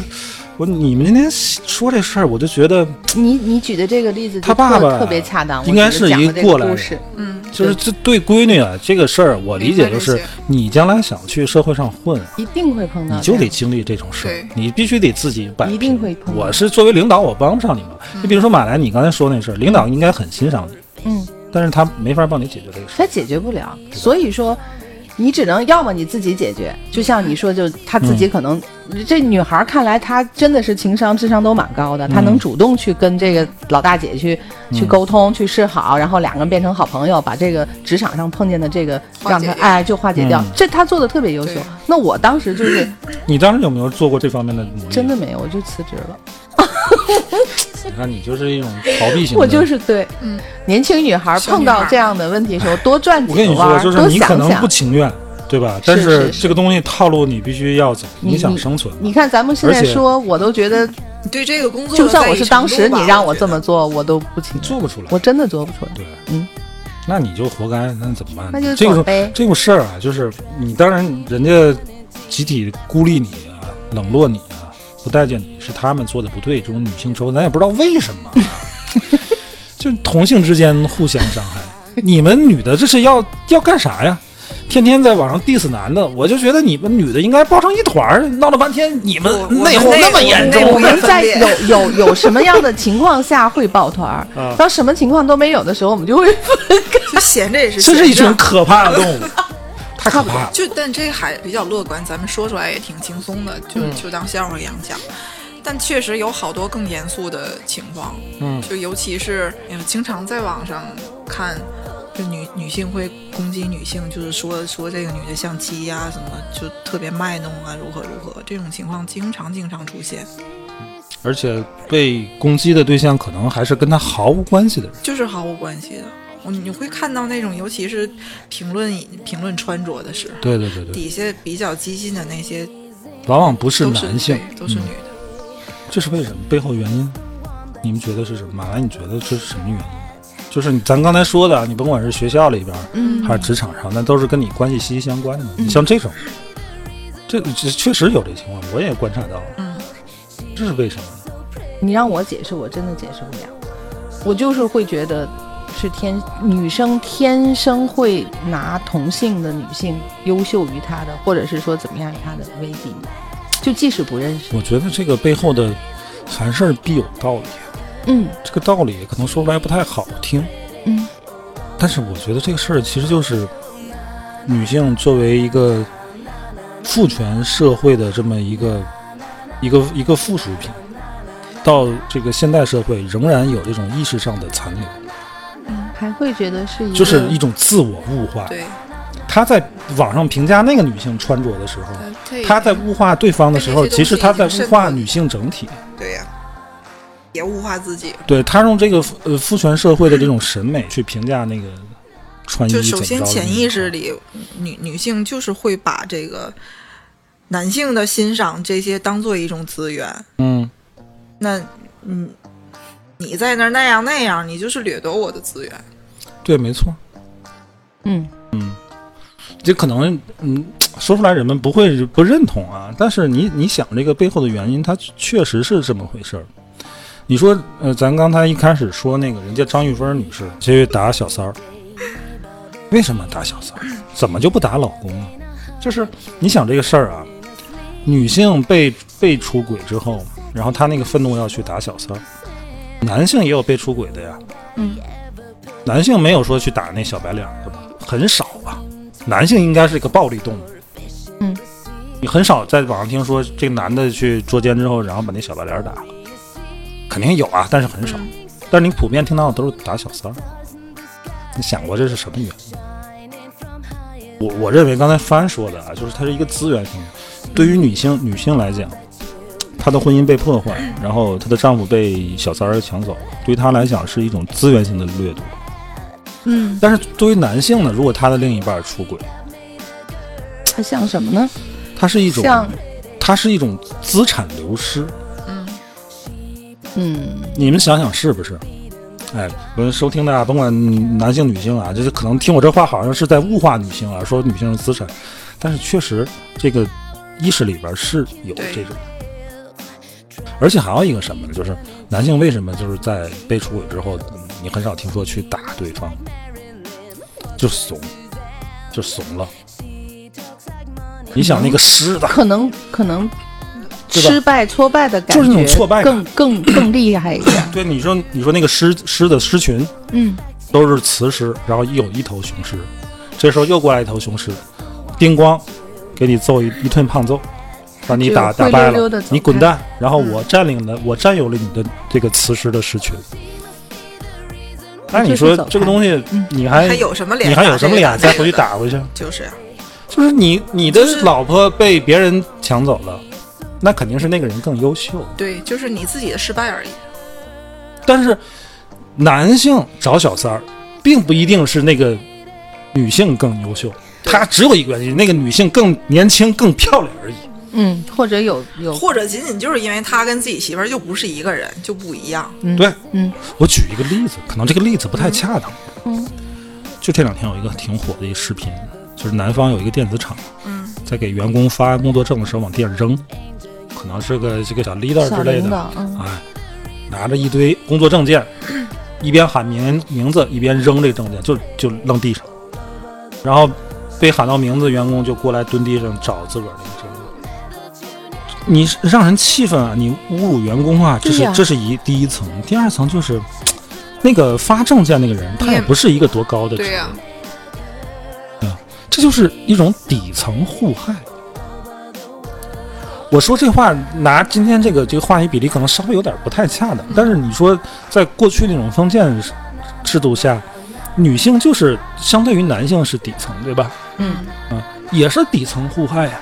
A: 我你们今天说这事儿，我就觉得
C: 你你举的这个例子就
A: 他爸
C: 特
A: 爸
C: 特别恰当，我
A: 应该
C: 觉得
A: 是
C: 讲
A: 一
C: 的这
A: 过
C: 个
A: 来
C: 故
A: 人
C: 事，
B: 嗯，
A: 就是这对闺女啊这个事儿，我理解就
B: 明
A: 是
B: 白这些
A: 你将来想去社会上混，
C: 一定会碰到，
A: 你就得经历这种事儿
B: 对，
A: 你必须得自己摆平。
C: 一定会嗯碰到
A: 我是作为领导，我帮不上你们。你比如说马来，你刚才说那事儿，领导应该很欣赏你，
C: 嗯，
A: 但是他没法帮你解决这个事
C: 他
A: 儿。
C: 解决不了，所以说。你只能要么你自己解决，就像你说，就她自
A: 嗯
C: 己可能、这女孩儿看来她真的是情商、智商都蛮高的，她
A: 嗯
C: 能主动去跟这个老大姐去、去沟通、去示好，然后两个人变成好朋友，把这个职场上碰见的这个
B: 化
C: 让
B: 解
C: 她
B: 掉
C: 哎就化解掉，
A: 嗯
C: 这她做的特别优秀
B: 对。
C: 那我当时就是
A: 你当时有没有做过这方面的努力？
C: 真的，没有，我就辞职了。
A: 你看你就是一种逃避型的。
C: 我就是对，
B: 嗯
C: 年轻女孩
B: 小女
C: 碰到
B: 孩
C: 这样的问题的时候，多转
A: 我跟
C: 几个
A: 你
C: 弯
A: 说，
C: 儿，
A: 就是
C: 多
A: 你可
C: 想
A: 能
C: 想
A: 不。情愿，对吧？但
C: 是
A: 是
C: 是是
A: 这个东西套路你必须要走，
C: 你
A: 你想生存嘛。
C: 你看咱们现在
A: 而且
C: 说，我都觉得，
B: 你对这个工作的
C: 就算我
B: 在意
C: 是当时
B: 程度吧
C: 你让我
B: 我觉
C: 这
B: 得
C: 么做，我都不情愿，
A: 做不出来，
C: 我真的做不出来。
A: 对，
C: 嗯，
A: 那你就活该，那怎么办？
C: 那就
A: 这
C: 走
A: 个
C: 呗
A: 这种事儿啊，就是你当然人家集体孤立你啊，冷落你啊，不待见你是他们做的不对，这种女性仇咱也不知道为什么啊、就同性之间互相伤害。你们女的这是要要干啥呀？天天在网上 diss 男的，我就觉得你们女的应该抱成一团儿，闹了半天你们
B: 我我们
A: 内讧那
B: 内
A: 么
B: 讧
A: 严
B: 内
A: 重
B: 讧
C: 我们
B: 分
C: 在
B: 裂
C: 有有有什么样的情况下会抱团儿
A: 啊？
C: 当什么情况都没有的时候，我们就会
B: 就闲着也是
A: 这是一群
B: 闲着
A: 可怕的动物，太可怕了。
B: 就但这个还比较乐观，咱们说出来也挺轻松的，就、
A: 嗯
B: 就当笑话一样讲。但确实有好多更严肃的情况，
A: 嗯，
B: 就尤其是哎呀经常在网上看，就女女性会攻击女性，就是说说这个女的像鸡呀、什么，就特别卖弄啊，如何如何，这种情况经常经常出现，
A: 而且被攻击的对象可能还是跟他毫无关系的人。
B: 就是毫无关系的。我你会看到那种，尤其是评论评论穿着的时候，
A: 对对对对，
B: 底下比较激进的那些
A: 往往不是
B: 都是
A: 男性
B: 对，都是
A: 嗯
B: 女的。
A: 这是为什么？背后原因，你们觉得是什么？马来，你觉得这是什么原因？就是你咱刚才说的，你甭管是学校里边儿，
C: 嗯
A: 还是职场上，那都是跟你关系息息相关的。你像这种，这这确实有这情况，我也观察到了。
B: 嗯，
A: 这是为什么呢？
C: 你让我解释，我真的解释不了。我就是会觉得是天女生天生会拿同性的女性优秀于她的，或者是说怎么样以她的为敌，就即使不认识，
A: 我觉得这个背后的凡事必有道理，
C: 嗯
A: 这个道理可能说出来不太好听，
C: 嗯
A: 但是我觉得这个事儿其实就是女性作为一个父权社会的这么一个一个一个附属品，到这个现代社会仍然有这种意识上的残留，
C: 嗯，还会觉得是一个
A: 就是一种自我物化。
B: 对，
A: 她在网上评价那个女性穿着的时候，
B: 对
A: 她在物化对方的时候，
B: 但这
A: 其
B: 些东西
A: 实她在
B: 已经
A: 物
B: 渗
A: 化
B: 透
A: 女性整体。
B: 对呀、也物化自己。
A: 对她用这个呃父权社会的这种审美去评价那个穿衣
B: 就
A: 怎么着
B: 首
A: 的
B: 先
A: 那
B: 潜
A: 种
B: 意识里，女女性就是会把这个男性的欣赏这些当做一种资源。
A: 嗯。
B: 那嗯，你在那儿那样那样，你就是掠夺我的资源。
A: 对，没错，
C: 嗯
A: 这可能嗯，说出来人们不会不认同啊，但是你你想这个背后的原因，它确实是这么回事儿。你说，呃，咱刚才一开始说那个人家张玉芬女士去打小三儿，为什么打小三儿？怎么就不打老公呢？就是你想这个事儿啊，女性被被出轨之后，然后她那个愤怒要去打小三儿，男性也有被出轨的呀，
C: 嗯，
A: 男性没有说去打那小白脸儿的吧，很少啊吧。男性应该是一个暴力动物。
C: 嗯，
A: 你很少在网上听说这个男的去捉奸之后，然后把那小白脸打了，肯定有啊，但是很
C: 嗯
A: 少。但是你普遍听到的都是打小三儿。你想过这是什么原因？我我认为刚才帆说的啊，就是它是一个资源性的，对于女性女性来讲，她的婚姻被破坏，然后她的丈夫被小三儿抢走，对于她来讲是一种资源性的掠夺。
C: 嗯，
A: 但是对于男性呢，如果他的另一半出轨，
C: 它像什么呢？
A: 它是一种
C: 像
A: 它是一种资产流失。
B: 嗯，
C: 嗯
A: 你们想想是不是？哎，我们收听的啊，甭管男性女性啊，就是可能听我这话好像是在物化女性啊，说女性是资产，但是确实这个意识里边是有
B: 对
A: 这种。而且还有一个什么呢？就是男性为什么就是在被出轨之后，嗯你很少听说去打对方，就怂，就怂了。你想那个狮子，
C: 可能可能
A: 对吧
C: 失败挫败的感
A: 就
C: 觉，
A: 是那种挫败感
C: 更更更厉害 一点。
A: 对你说你说那个狮狮子狮群，
C: 嗯，
A: 都是雌狮，然后有一头雄狮，这时候又过来一头雄狮，叮咣，给你揍一一顿胖揍，把你
C: 就
A: 打打
C: 灰
A: 败
C: 溜溜
A: 了
C: 地走，
A: 你滚
C: 开嗯
A: 蛋，然后我占领了，我占有了你的这个雌狮的狮群。那你
C: 就是
A: 说
C: 走开
A: 这个东西
C: 嗯，
A: 你还
B: 还有什么脸？
A: 你还有什么脸再回去
B: 打
A: 打回去？
B: 这个？就是啊，
A: 就是你你的
B: 就是
A: 老婆被别人抢走了，那肯定是那个人更优秀。
B: 对，就是你自己的失败而已。
A: 但是男性找小三儿，并不一定是那个女性更优秀，
B: 对
A: 他只有一个原因，那个女性更年轻、更漂亮而已。
C: 嗯，或者有有，
B: 或者仅仅就是因为他跟自己媳妇儿就不是一个人，就不一样。
C: 嗯
A: 对，
C: 嗯
A: 我举一个例子，可能这个例子不太恰当。
C: 嗯
A: 就这两天有一个挺火的一个视频，就是南方有一个电子厂
B: 嗯，
A: 在给员工发工作证的时候往地上扔，可能是个这个小 leader
C: 小
A: 之类
C: 领
A: 的，
C: 导，嗯
A: 哎，拿着一堆工作证件，一边喊名名字，一边扔这个证件，就就扔地上，然后被喊到名字，员工就过来蹲地上找自个儿那个证件。你是让人气愤啊！你侮辱员工啊！这
C: 对
A: 是、
C: 呀
A: 这是一第一层，第二层就是那个发证件那个人，他
B: 你
A: 也
B: 也
A: 不是一个多高的职
B: 对呀、
A: 这就是一种底层互害。我说这话拿今天这个这个话语比例可能稍微有点不太恰当，但是你说在过去那种封建制度下，女性就是相对于男性是底层，对吧？
C: 嗯，
A: 也是底层互害呀、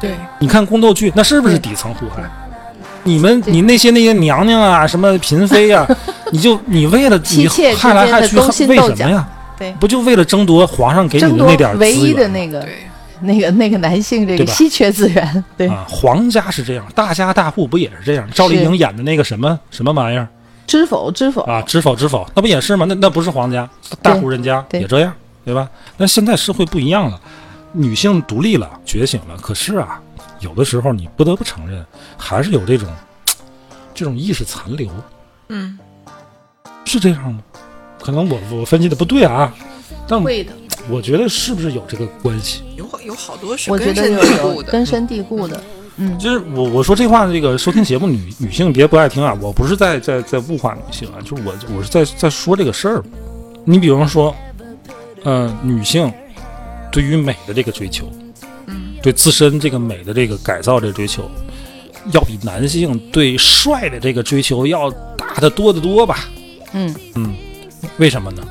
B: 对，
A: 你看宫斗剧，那是不是底层互害？你们你那些那些娘娘啊，什么嫔妃 啊，你就你为了
C: 妻
A: 你
C: 妾之
A: 害来
C: 间
A: 害
C: 的
A: 去，
C: 勾心
A: 为
C: 斗
A: 什
C: 角
A: 么呀？
C: 对
A: 不就为了争夺皇上给
C: 争
A: 你的
C: 夺
A: 那点儿
C: 唯
A: 资
C: 一的
A: 源吗
C: 那个
B: 对，
C: 那个那个男性这
A: 对
C: 个
A: 吧
C: 稀缺资源，对，
A: 啊，皇家是这样，大家大户不也是这样？赵丽
C: 是
A: 颖演的那个什么什么玩意儿
C: 知否知否，
A: 啊？知否知否，那不也是吗？那那不是皇家，大户人家
C: 对
A: 也这样，对吧？但现在社会不一样了，女性独立了，觉醒了。可是啊，有的时候你不得不承认，还是有这种这种意识残留，
B: 嗯，
A: 是这样吗？可能我我分析的不对啊，但
C: 会的，
A: 我觉得是不是有这个关系？
B: 有好有好多是
C: 我觉
B: 根
C: 得
B: 深
C: 有
B: 蒂固
C: 有
B: 的。
C: 根深蒂固的，嗯
A: 就是我我说这话，这个收听节目女女性别不爱听啊，我不是在在在物化女性啊，就是我我是在在说这个事儿。你比方说，呃，女性对于美的这个追求，
B: 嗯
A: 对自身这个美的这个改造这个追求，要比男性对帅的这个追求要大得多得多吧？
C: 嗯，
A: 为什么呢？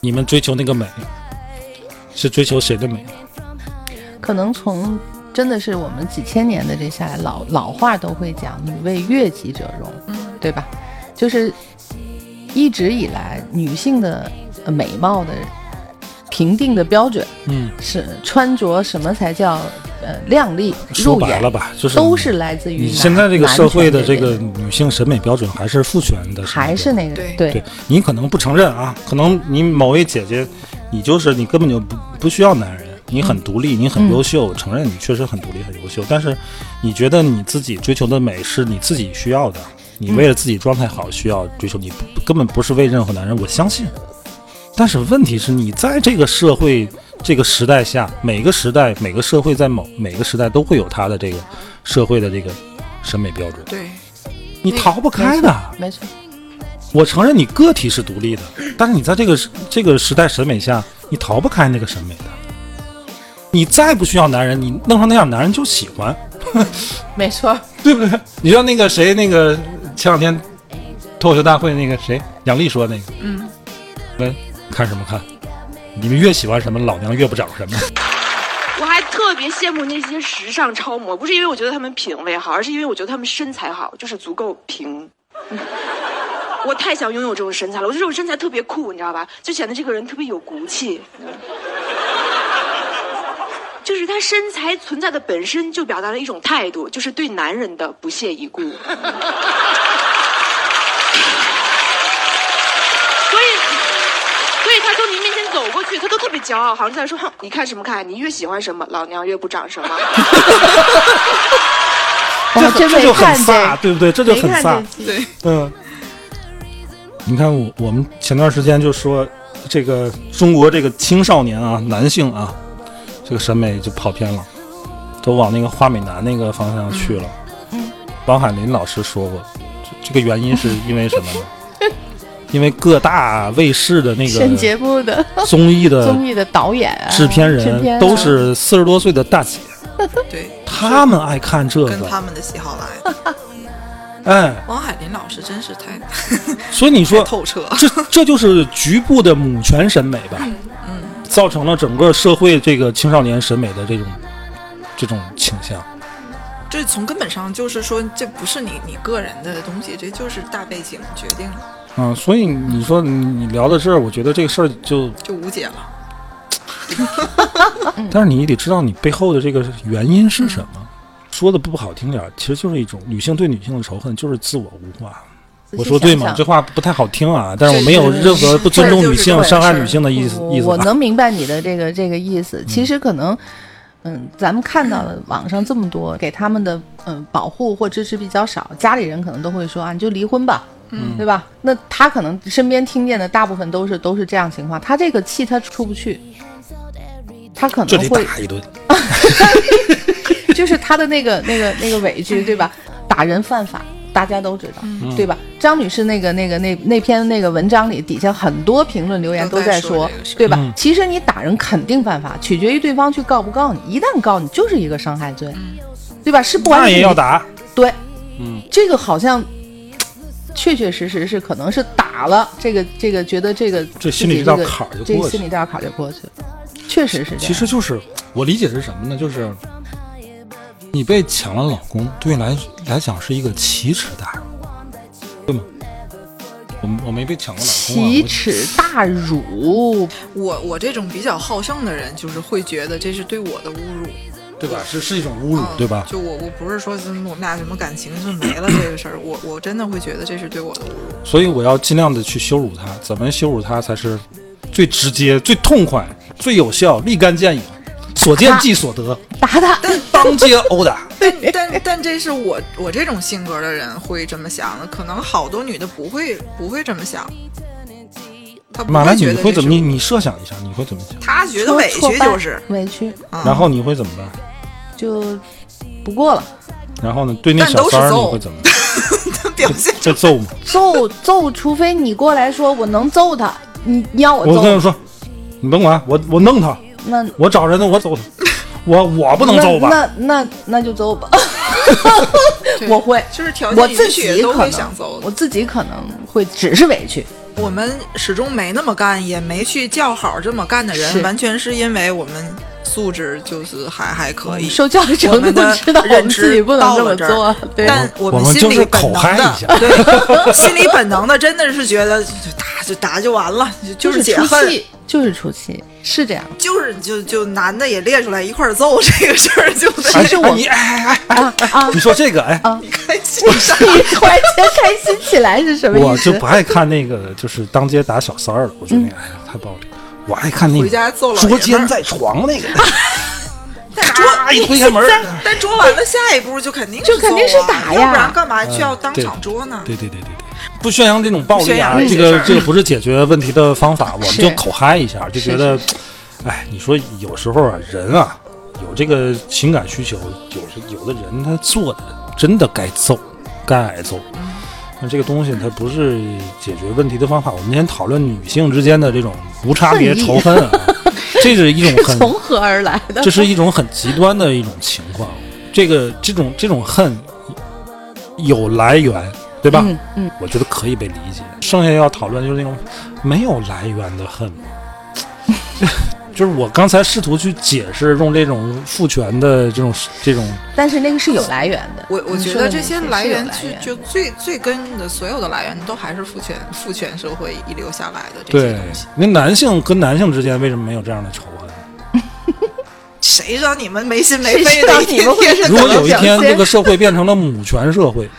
A: 你们追求那个美，是追求谁的美？
C: 可能从真的是我们几千年的这下来，老老话都会讲“女为悦己者容”，
B: 嗯
C: 对吧？就是一直以来女性的呃美貌的评定的标准
A: 嗯，
C: 是穿着什么才叫呃靓丽
A: 说
C: 入
A: 白
C: 眼
A: 了，吧，就是
C: 都是来自
A: 你
C: 于男
A: 现在这个社会的
C: 男
A: 这
C: 权
A: 个
C: 边
A: 女性审美标准还是父权的审美标准，
C: 还是那个
B: 对
A: 对你可能不承认啊，可能你某位姐姐，你就是你根本就不不需要男人，你很独立，你很优秀，承认你确实很独立很优秀，但是你觉得你自己追求的美是你自己需要的，你为了自己状态好需要追求，你不根本不是为任何男人，我相信。但是问题是你在这个社会这个时代下，每个时代每个社会在某每个时代都会有它的这个社会的这个审美标准，
B: 对，
A: 你逃不开的。
C: 没错，
A: 我承认你个体是独立的，但是你在这个时这个时代审美下，你逃不开那个审美的。你再不需要男人，你弄成那样，男人就喜欢，
C: 没错，
A: 对不对？你像那个谁，那个前两天脱口秀大会那个谁，杨笠说那个，
B: 嗯，
A: 看什么看？你们越喜欢什么，老娘越不长什么。
D: 我还特别羡慕那些时尚超模，不是因为我觉得他们品味好，而是因为我觉得他们身材好，就是足够平。 我太想拥有这种身材了，我觉得这种身材特别酷，你知道吧？就显得这个人特别有骨气。就是他身材存在的本身就表达了一种态度，就是对男人的不屑一顾。 所以，所以他从您面前走过去，他都特别骄傲，好像在说：“哼，你看什么看？你越喜欢什么，老娘越不长什么。
C: 哇，
A: 这
C: 真
A: 这
C: 没
A: 就很
C: 看
A: 飒，对不对？这就
C: 没
A: 很
C: 看
A: 飒
C: 这。期，
B: 对，
A: 嗯，你看我我们前段时间就说这个中国这个青少年啊，男性啊，这个审美就跑偏了，都往那个花美男那个方向去了。
C: 嗯，
A: 王海林老师说过，这这个原因是因为什么呢？ 因为各大卫视的那
C: 选
A: 个
C: 节目的
A: 综艺的
C: 综艺的导演啊、
A: 制片
C: 制
A: 人
C: 啊
A: 都是四十多岁的大姐，
B: 对，
A: 他们爱看这
B: 跟
A: 个，
B: 他们的喜好 来。
A: 哎，
B: 王海林老师真是太
A: 所以你
B: 太
A: 说
B: 透彻，
A: 这这就是局部的母权审美吧，
C: 嗯
A: 造成了整个社会这个青少年审美的这种这种倾向。
B: 这从根本上就是说，这不是你你个人的东西，这就是大背景决定了，
A: 嗯，所以你说你你聊到这儿，我觉得这个事儿就，
B: 就无解了。
C: 嗯
A: 但是你得知道你背后的这个原因是什么。说的不好听点儿，其实就是一种女性对女性的仇恨，就是自我物化。
C: 仔细
A: 我说对
C: 想
A: 吗？
C: 想
A: 这话不太好听啊，但是我
B: 是
A: 没有
B: 是
A: 任何
B: 是
A: 不尊
B: 这
A: 重
B: 就
A: 女
B: 是
A: 性、
B: 这回
A: 伤害
B: 事儿
A: 女性的意思
C: 我
A: 意思
C: 我
A: 啊。
C: 能明白你的这个这个意思。其实可能，嗯，咱们看到了网上这么多给他们的嗯、呃保护或支持比较少，家里人可能都会说啊，你就离婚吧。嗯，对吧？那他可能身边听见的大部分都是都是这样情况，他这个气他出不去，他可
A: 这
C: 能
A: 得
C: 会
A: 打一顿。
C: 就是他的那个那个那个委屈，对吧？打人犯法，大家都知道，
B: 嗯
A: 嗯
C: 对吧？张女士那个那个那那篇那个文章里，底下很多评论留言
B: 都
C: 都
B: 在
C: 在
B: 说
C: 说
B: 这个事，儿
C: 对吧？
A: 嗯
C: 其实你打人肯定犯法，取决于对方去告不告你。一旦告你，就是一个伤害罪，
B: 嗯
C: 对吧？是不完
A: 那
C: 全
A: 也要打，
C: 对，
A: 嗯，
C: 这个好像。嘖确确实实是，可能是打了这个这个，觉得这个
A: 这
C: 自
A: 心里
C: 己
A: 这道
C: 个
A: 坎儿就
C: 这
A: 过去
C: 心里这道坎儿就过去了，确实是这样。
A: 其实就是我理解是什么呢？就是你被抢了老公，对你来来讲是一个奇耻大辱，对吗？我我没被抢过老公、啊，
C: 奇耻大辱，
B: 我我这种比较好胜的人，就是会觉得这是对我的侮辱，
A: 我对吧？是是一种侮辱
B: 嗯，
A: 嗯对吧？
B: 就我我不是说什么我们俩什么感情就没 了这个事儿，我我真的会觉得这是对我的侮辱。
A: 所以我要尽量的去羞辱他，怎么羞辱他才是最直接、最痛快、最有效、立竿见影，所见即所得，
C: 打他！
A: 当街殴打。
B: 但但但这是我我这种性格的人会这么想的，可能好多女的不会不会这么想。她不
A: 马来，
B: 会
A: 你
B: 觉得
A: 会
B: 这
A: 怎
B: 是嗯
A: 么？你你设想一下，你会怎么想？
B: 她觉得委屈就是，
C: 委屈，
B: 嗯
A: 然后你会怎么办？
C: 就不过了。
A: 然后呢，对那
B: 但
A: 小
B: 都是
A: 三儿
B: 揍
A: 你会怎 么？
B: 表 现
A: 再揍吗？
C: 揍揍，除非你过来说我能揍他，你你要我
A: 我
C: 揍
A: 跟他说，你甭管我，我弄他，
C: 那
A: 我找人呢，我揍他，我我不能揍吧？
C: 那那那那就揍吧， 我会，
B: 就是条
C: 我
B: 件
C: 自
B: 允许
C: 己
B: 也都
C: 可
B: 会
C: 能
B: 想揍
C: 我自己可能会只是委屈，
B: 我们始终没那么干，也没去叫好这么干的
C: 是
B: 人，完全是因为我们素质就是还还可以。
C: 受教育
B: 我
C: 程
B: 们
C: 度
B: 的
C: 知道我
B: 认
C: 们
B: 知
C: 自己不能
B: 到
C: 这么
B: 了这儿
C: 做，对。
B: 但
A: 我
B: 们
A: 们
B: 心
A: 就
B: 里
A: 是
B: 本
A: 口
B: 能
A: 嗨
B: 的
A: 一下，
B: 对，心里本能的真的是觉得就打就打就完了，就
C: 就是是
B: 解
C: 出
B: 恨，
C: 气，就是出气，是这样。
B: 就是就就男的也列出来一块儿揍这个事儿，就得
A: 哎
C: 其实
A: 哎
C: 我
A: 你哎哎哎，
C: 啊啊！
A: 你说这个哎，
B: 开心上。
C: 你突然间开心起来是什么
A: 我
C: 意
A: 就
C: 思
A: 不？爱看那个就是当街打小三儿了，我觉得那个哎呀太暴力了。我爱看那
B: 回家
A: 个
B: 揍老
A: 捉
B: 爷们
A: 奸
B: 儿
A: 在床那个，
B: 但捉
A: 咔啊一推开门儿，
B: 但捉完了，下一步就肯定
C: 就是肯定
B: 揍
C: 是
B: 啊
C: 打
B: 要
C: 呀
B: 不然干嘛需要
A: 嗯
B: 当
A: 对
B: 场捉呢？
A: 对对对对对，不宣扬这种暴
B: 不宣
A: 力啊
B: 扬，
A: 这
B: 这个事
A: 个
B: 儿
A: 这个不是解决问题的方法，我们
C: 是
A: 就口嗨一下，就觉得，哎，你说有时候啊，人啊有这个情感需求，有时有的人他做的真的该揍，该挨揍。那这个东西它不是解决问题的方法。我们今天讨论女性之间的这种无差别
C: 恨意
A: 仇恨啊，这是一种
C: 是
A: 很
C: 从何而来的？
A: 这是一种很极端的一种情况。这个这种这种恨有来源，对吧？
C: 嗯嗯，
A: 我觉得可以被理解。剩下要讨论就是那种没有来源的恨。 就是我刚才试图去解释，用这种父权的这种这种，
C: 但是那个是有来源的。
B: 我我
C: 你
B: 觉
C: 说
B: 得
C: 的
B: 这
C: 没
B: 些
C: 错
B: 来
C: 嗯是有
B: 源
C: 来源
B: 就就最最根的所有的来源都还是父权父权社会遗留下来的这些
A: 对
B: 东西。，
A: 那男性跟男性之间为什么没有这样的仇 恨？
B: 谁让你们没心没
C: 谁
B: 肺
C: 知道
B: 的一
C: 你
B: 天
C: 们会
B: 天
C: 是
B: 的
A: 如
C: 怎
A: 果
C: 么
A: 有一
C: 表
A: 天这
C: 现
A: 个社会变成了母权社会，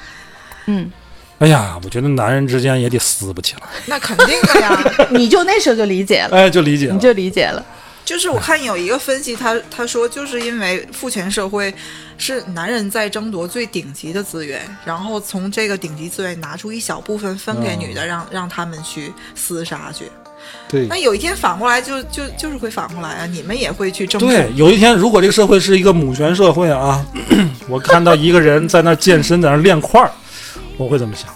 C: 嗯，
A: 哎呀，我觉得男人之间也得撕不起来，
B: 那肯定的呀。
C: 你就那时候就理解了，
A: 哎，就理解了
C: 你。就理解了。
B: 就是我看有一个分析他，他说就是因为父权社会是男人在争夺最顶级的资源，然后从这个顶级资源拿出一小部分分
A: 嗯
B: 给女的，让让他们去厮杀去。
A: 对
B: 那有一天反过来就就就是会反过来啊，你们也会去争夺。
A: 对，有一天如果这个社会是一个母权社会啊， 我看到一个人在那儿健身，在那儿练块儿，我会怎么想？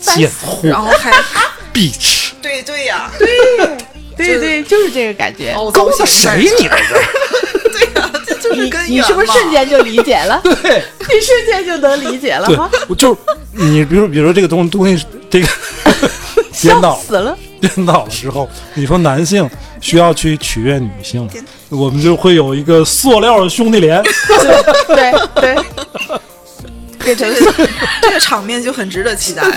A: 贱货
B: 然后还
A: ，bitch！
B: 对对呀、
C: 对对，就是这个感觉。
B: 凹
A: 勾
B: 造
A: 搭
B: 型在
A: 谁你这是？
B: 对呀、这哦就是根源
C: 你是不是
B: 嘛
C: 瞬间就理解 了？ 对，你瞬间就能理解了
A: 对
C: 哈，，
A: 我就是你，比如比如说这个东东西，这 个颠
C: 笑
A: 倒
C: 死了。
A: 颠倒了之后，你说男性需要去取悦女性，我们就会有一个塑料兄弟连。
C: 对对，变成
B: 这个这个场面就很值得期待了。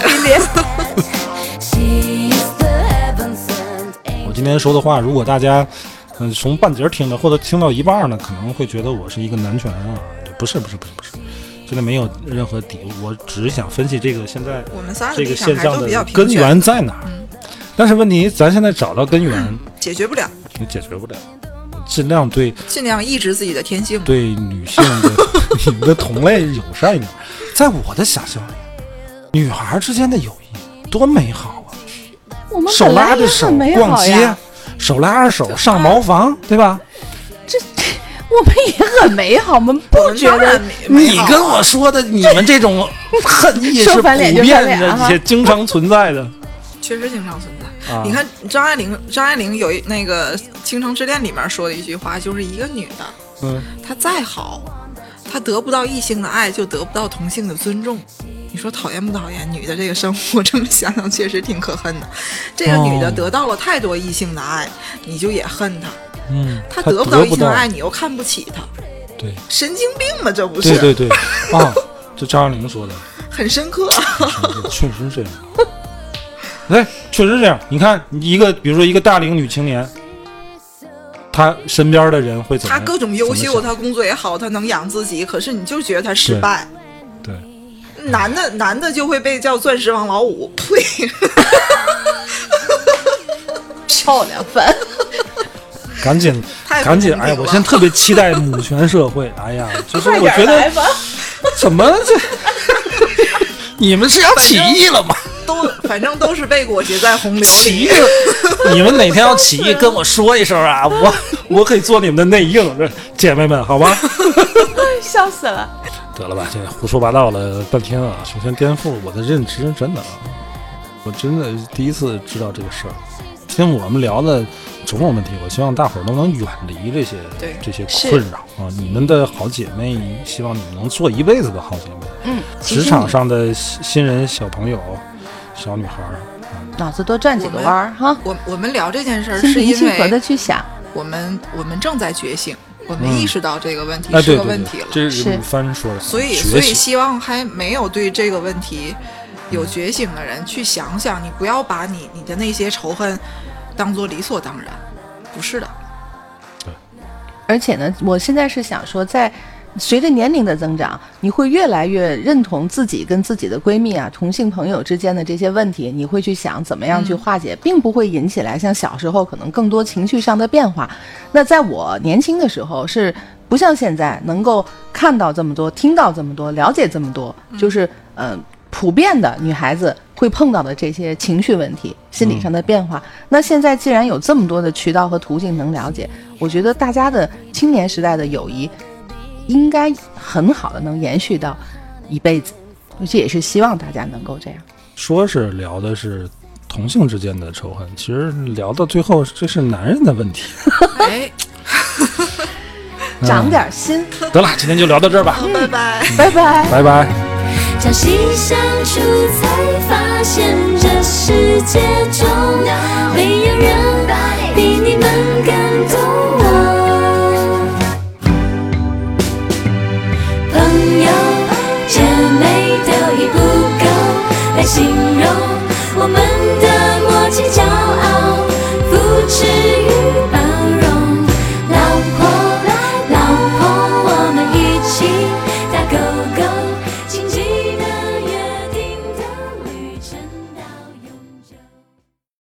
E: She's the heaven sent
A: 我
E: angel.
A: 今天说的话，如果大家嗯、呃从半截儿听的，或者听到一半儿呢，可能会觉得我是一个男权啊，不是不是不是不是，真的没有任何底，我只是想分析这个现在
B: 我们仨的
A: 这
B: 立
A: 个
B: 场
A: 现
B: 还
A: 象
B: 都比较
A: 的
B: 平
A: 根
B: 权，
A: 源在哪儿。但是问题，咱现在找到根源
B: 解决不了，
A: 也解决不了。我尽量对
B: 尽量抑制自己的天性。
A: 对女性的你们的同类友善一点，在我的想象里，女孩之间的友谊多美好啊！
C: 我们
A: 手
C: 本来
A: 拉着
C: 也
A: 手
C: 很美
A: 逛
C: 好
A: 街
C: 呀，，
A: 手拉着手上茅房，对吧？
C: 这我们也很美好，我们
B: 我
C: 不
B: 们
C: 觉
B: 当
C: 得
B: 然没没
A: 你
C: 啊
B: 好
A: 跟我说的，你们这种恨意是
C: 说
A: 普
C: 翻脸就翻
A: 遍
C: 脸
A: 的，
C: 啊
A: 也经常存在的。
B: 确实经常存在。
A: 啊
B: 你看张爱玲，张爱玲有一那个《倾城之恋》里面说的一句话，就是一个女的，
A: 嗯，
B: 她再好，她得不到异性的爱，就得不到同性的尊重。你说讨厌不讨厌？女的这个生活，这么想想确实挺可恨的。这个女的
A: 哦
B: 得到了太多异性的爱，你就也恨她；
A: 嗯，
B: 她
A: 他
B: 得
A: 不
B: 不到异性的爱，你又看不起她。
A: 对
B: 神经病嘛，这不是
A: 对对 对，啊，这张爱玲说的，
B: 很深刻？
A: 确实 这样。哎，确实这样。你看，一个比如说一个大龄女青年，她身边的人会怎么
B: 她
A: 样？
B: 各种优
A: 怎
B: 秀，
A: 么
B: 她工作也好，她能养自己，可是你就觉得她失
A: 对
B: 败。
A: 想对，
B: 男的男的就会被叫钻石王老五，呸！
C: 漂亮翻。
A: 赶紧
B: 太不
A: 赶紧！
B: 公
A: 哎呀，
B: 平
A: 我
B: 了
A: 现在特 别期待母权社会。哎 呀，就是
C: 快
A: 我觉
C: 点来
A: 得
C: 吧，
A: 怎么这 你们是要起义了吗？
B: 都反正都是被裹挟 在洪流
A: 起
B: 里
A: 义。了！ 你们哪天要 起义，跟 我说一声啊，我我可以做你们的内应，这姐妹们，好吧？
C: 笑死了。
A: 得了吧，这胡说八道了半天啊，首先颠覆我的认知，真的啊，我真的第一次知道这个事儿。听我们聊的种种问题，我希望大伙儿都能远离这些
B: 对
A: 这些
C: 是
A: 困扰啊。你们的好姐妹，希望你们能做一辈子的好姐妹。
B: 啊
C: 嗯，其
A: 职
C: 实
A: 场
C: 你
A: 上的新新人、小朋友、小女孩儿，
C: 脑子多转几个
B: 我们
C: 弯儿哈，
B: 我我们聊这件事儿
C: 心
B: 是
C: 平
B: 因
C: 气和的
B: 为
C: 去想。
B: 我们我们正在觉醒，我们
A: 嗯
B: 意识到这个问题
A: 哎，
B: 是
A: 对
B: 个
A: 对
B: 问
A: 对
B: 题了，，
A: 这
C: 是
A: 是翻说的，
B: 所以，所
A: 学
B: 以
A: 习
B: 希望还没有对这个问题有觉醒的人去想想，你不要把你你的那些仇恨当做理所当然，不是 的，
C: 而且呢，我现在是想说，在随着年龄的增长，你会越来越认同自己跟自己的闺蜜啊、同性朋友之间的这些问题，你会去想怎么样去化解，并不会引起来像小时候可能更多情绪上的变化。那在我年轻的时候是。不像现在能够看到这么多、听到这么多、了解这么多，就是嗯、呃普遍的女孩子会碰到的这些情绪问题、心理上的变化。那现在既然有这么多的渠道和途径能了解，我觉得大家的青年时代的友谊，应该很好的能延续到一辈子。我这也是希望大家能够这样。
A: 说是聊的是同性之间的仇恨，其实聊到最后，这是男人的问题。
B: 哎，
C: 长点心，
A: 得了，今天就聊到这儿吧，
B: 拜拜。
C: 拜拜。
A: 拜拜。
E: 朝夕相处，才发现这世界中没有人比你们更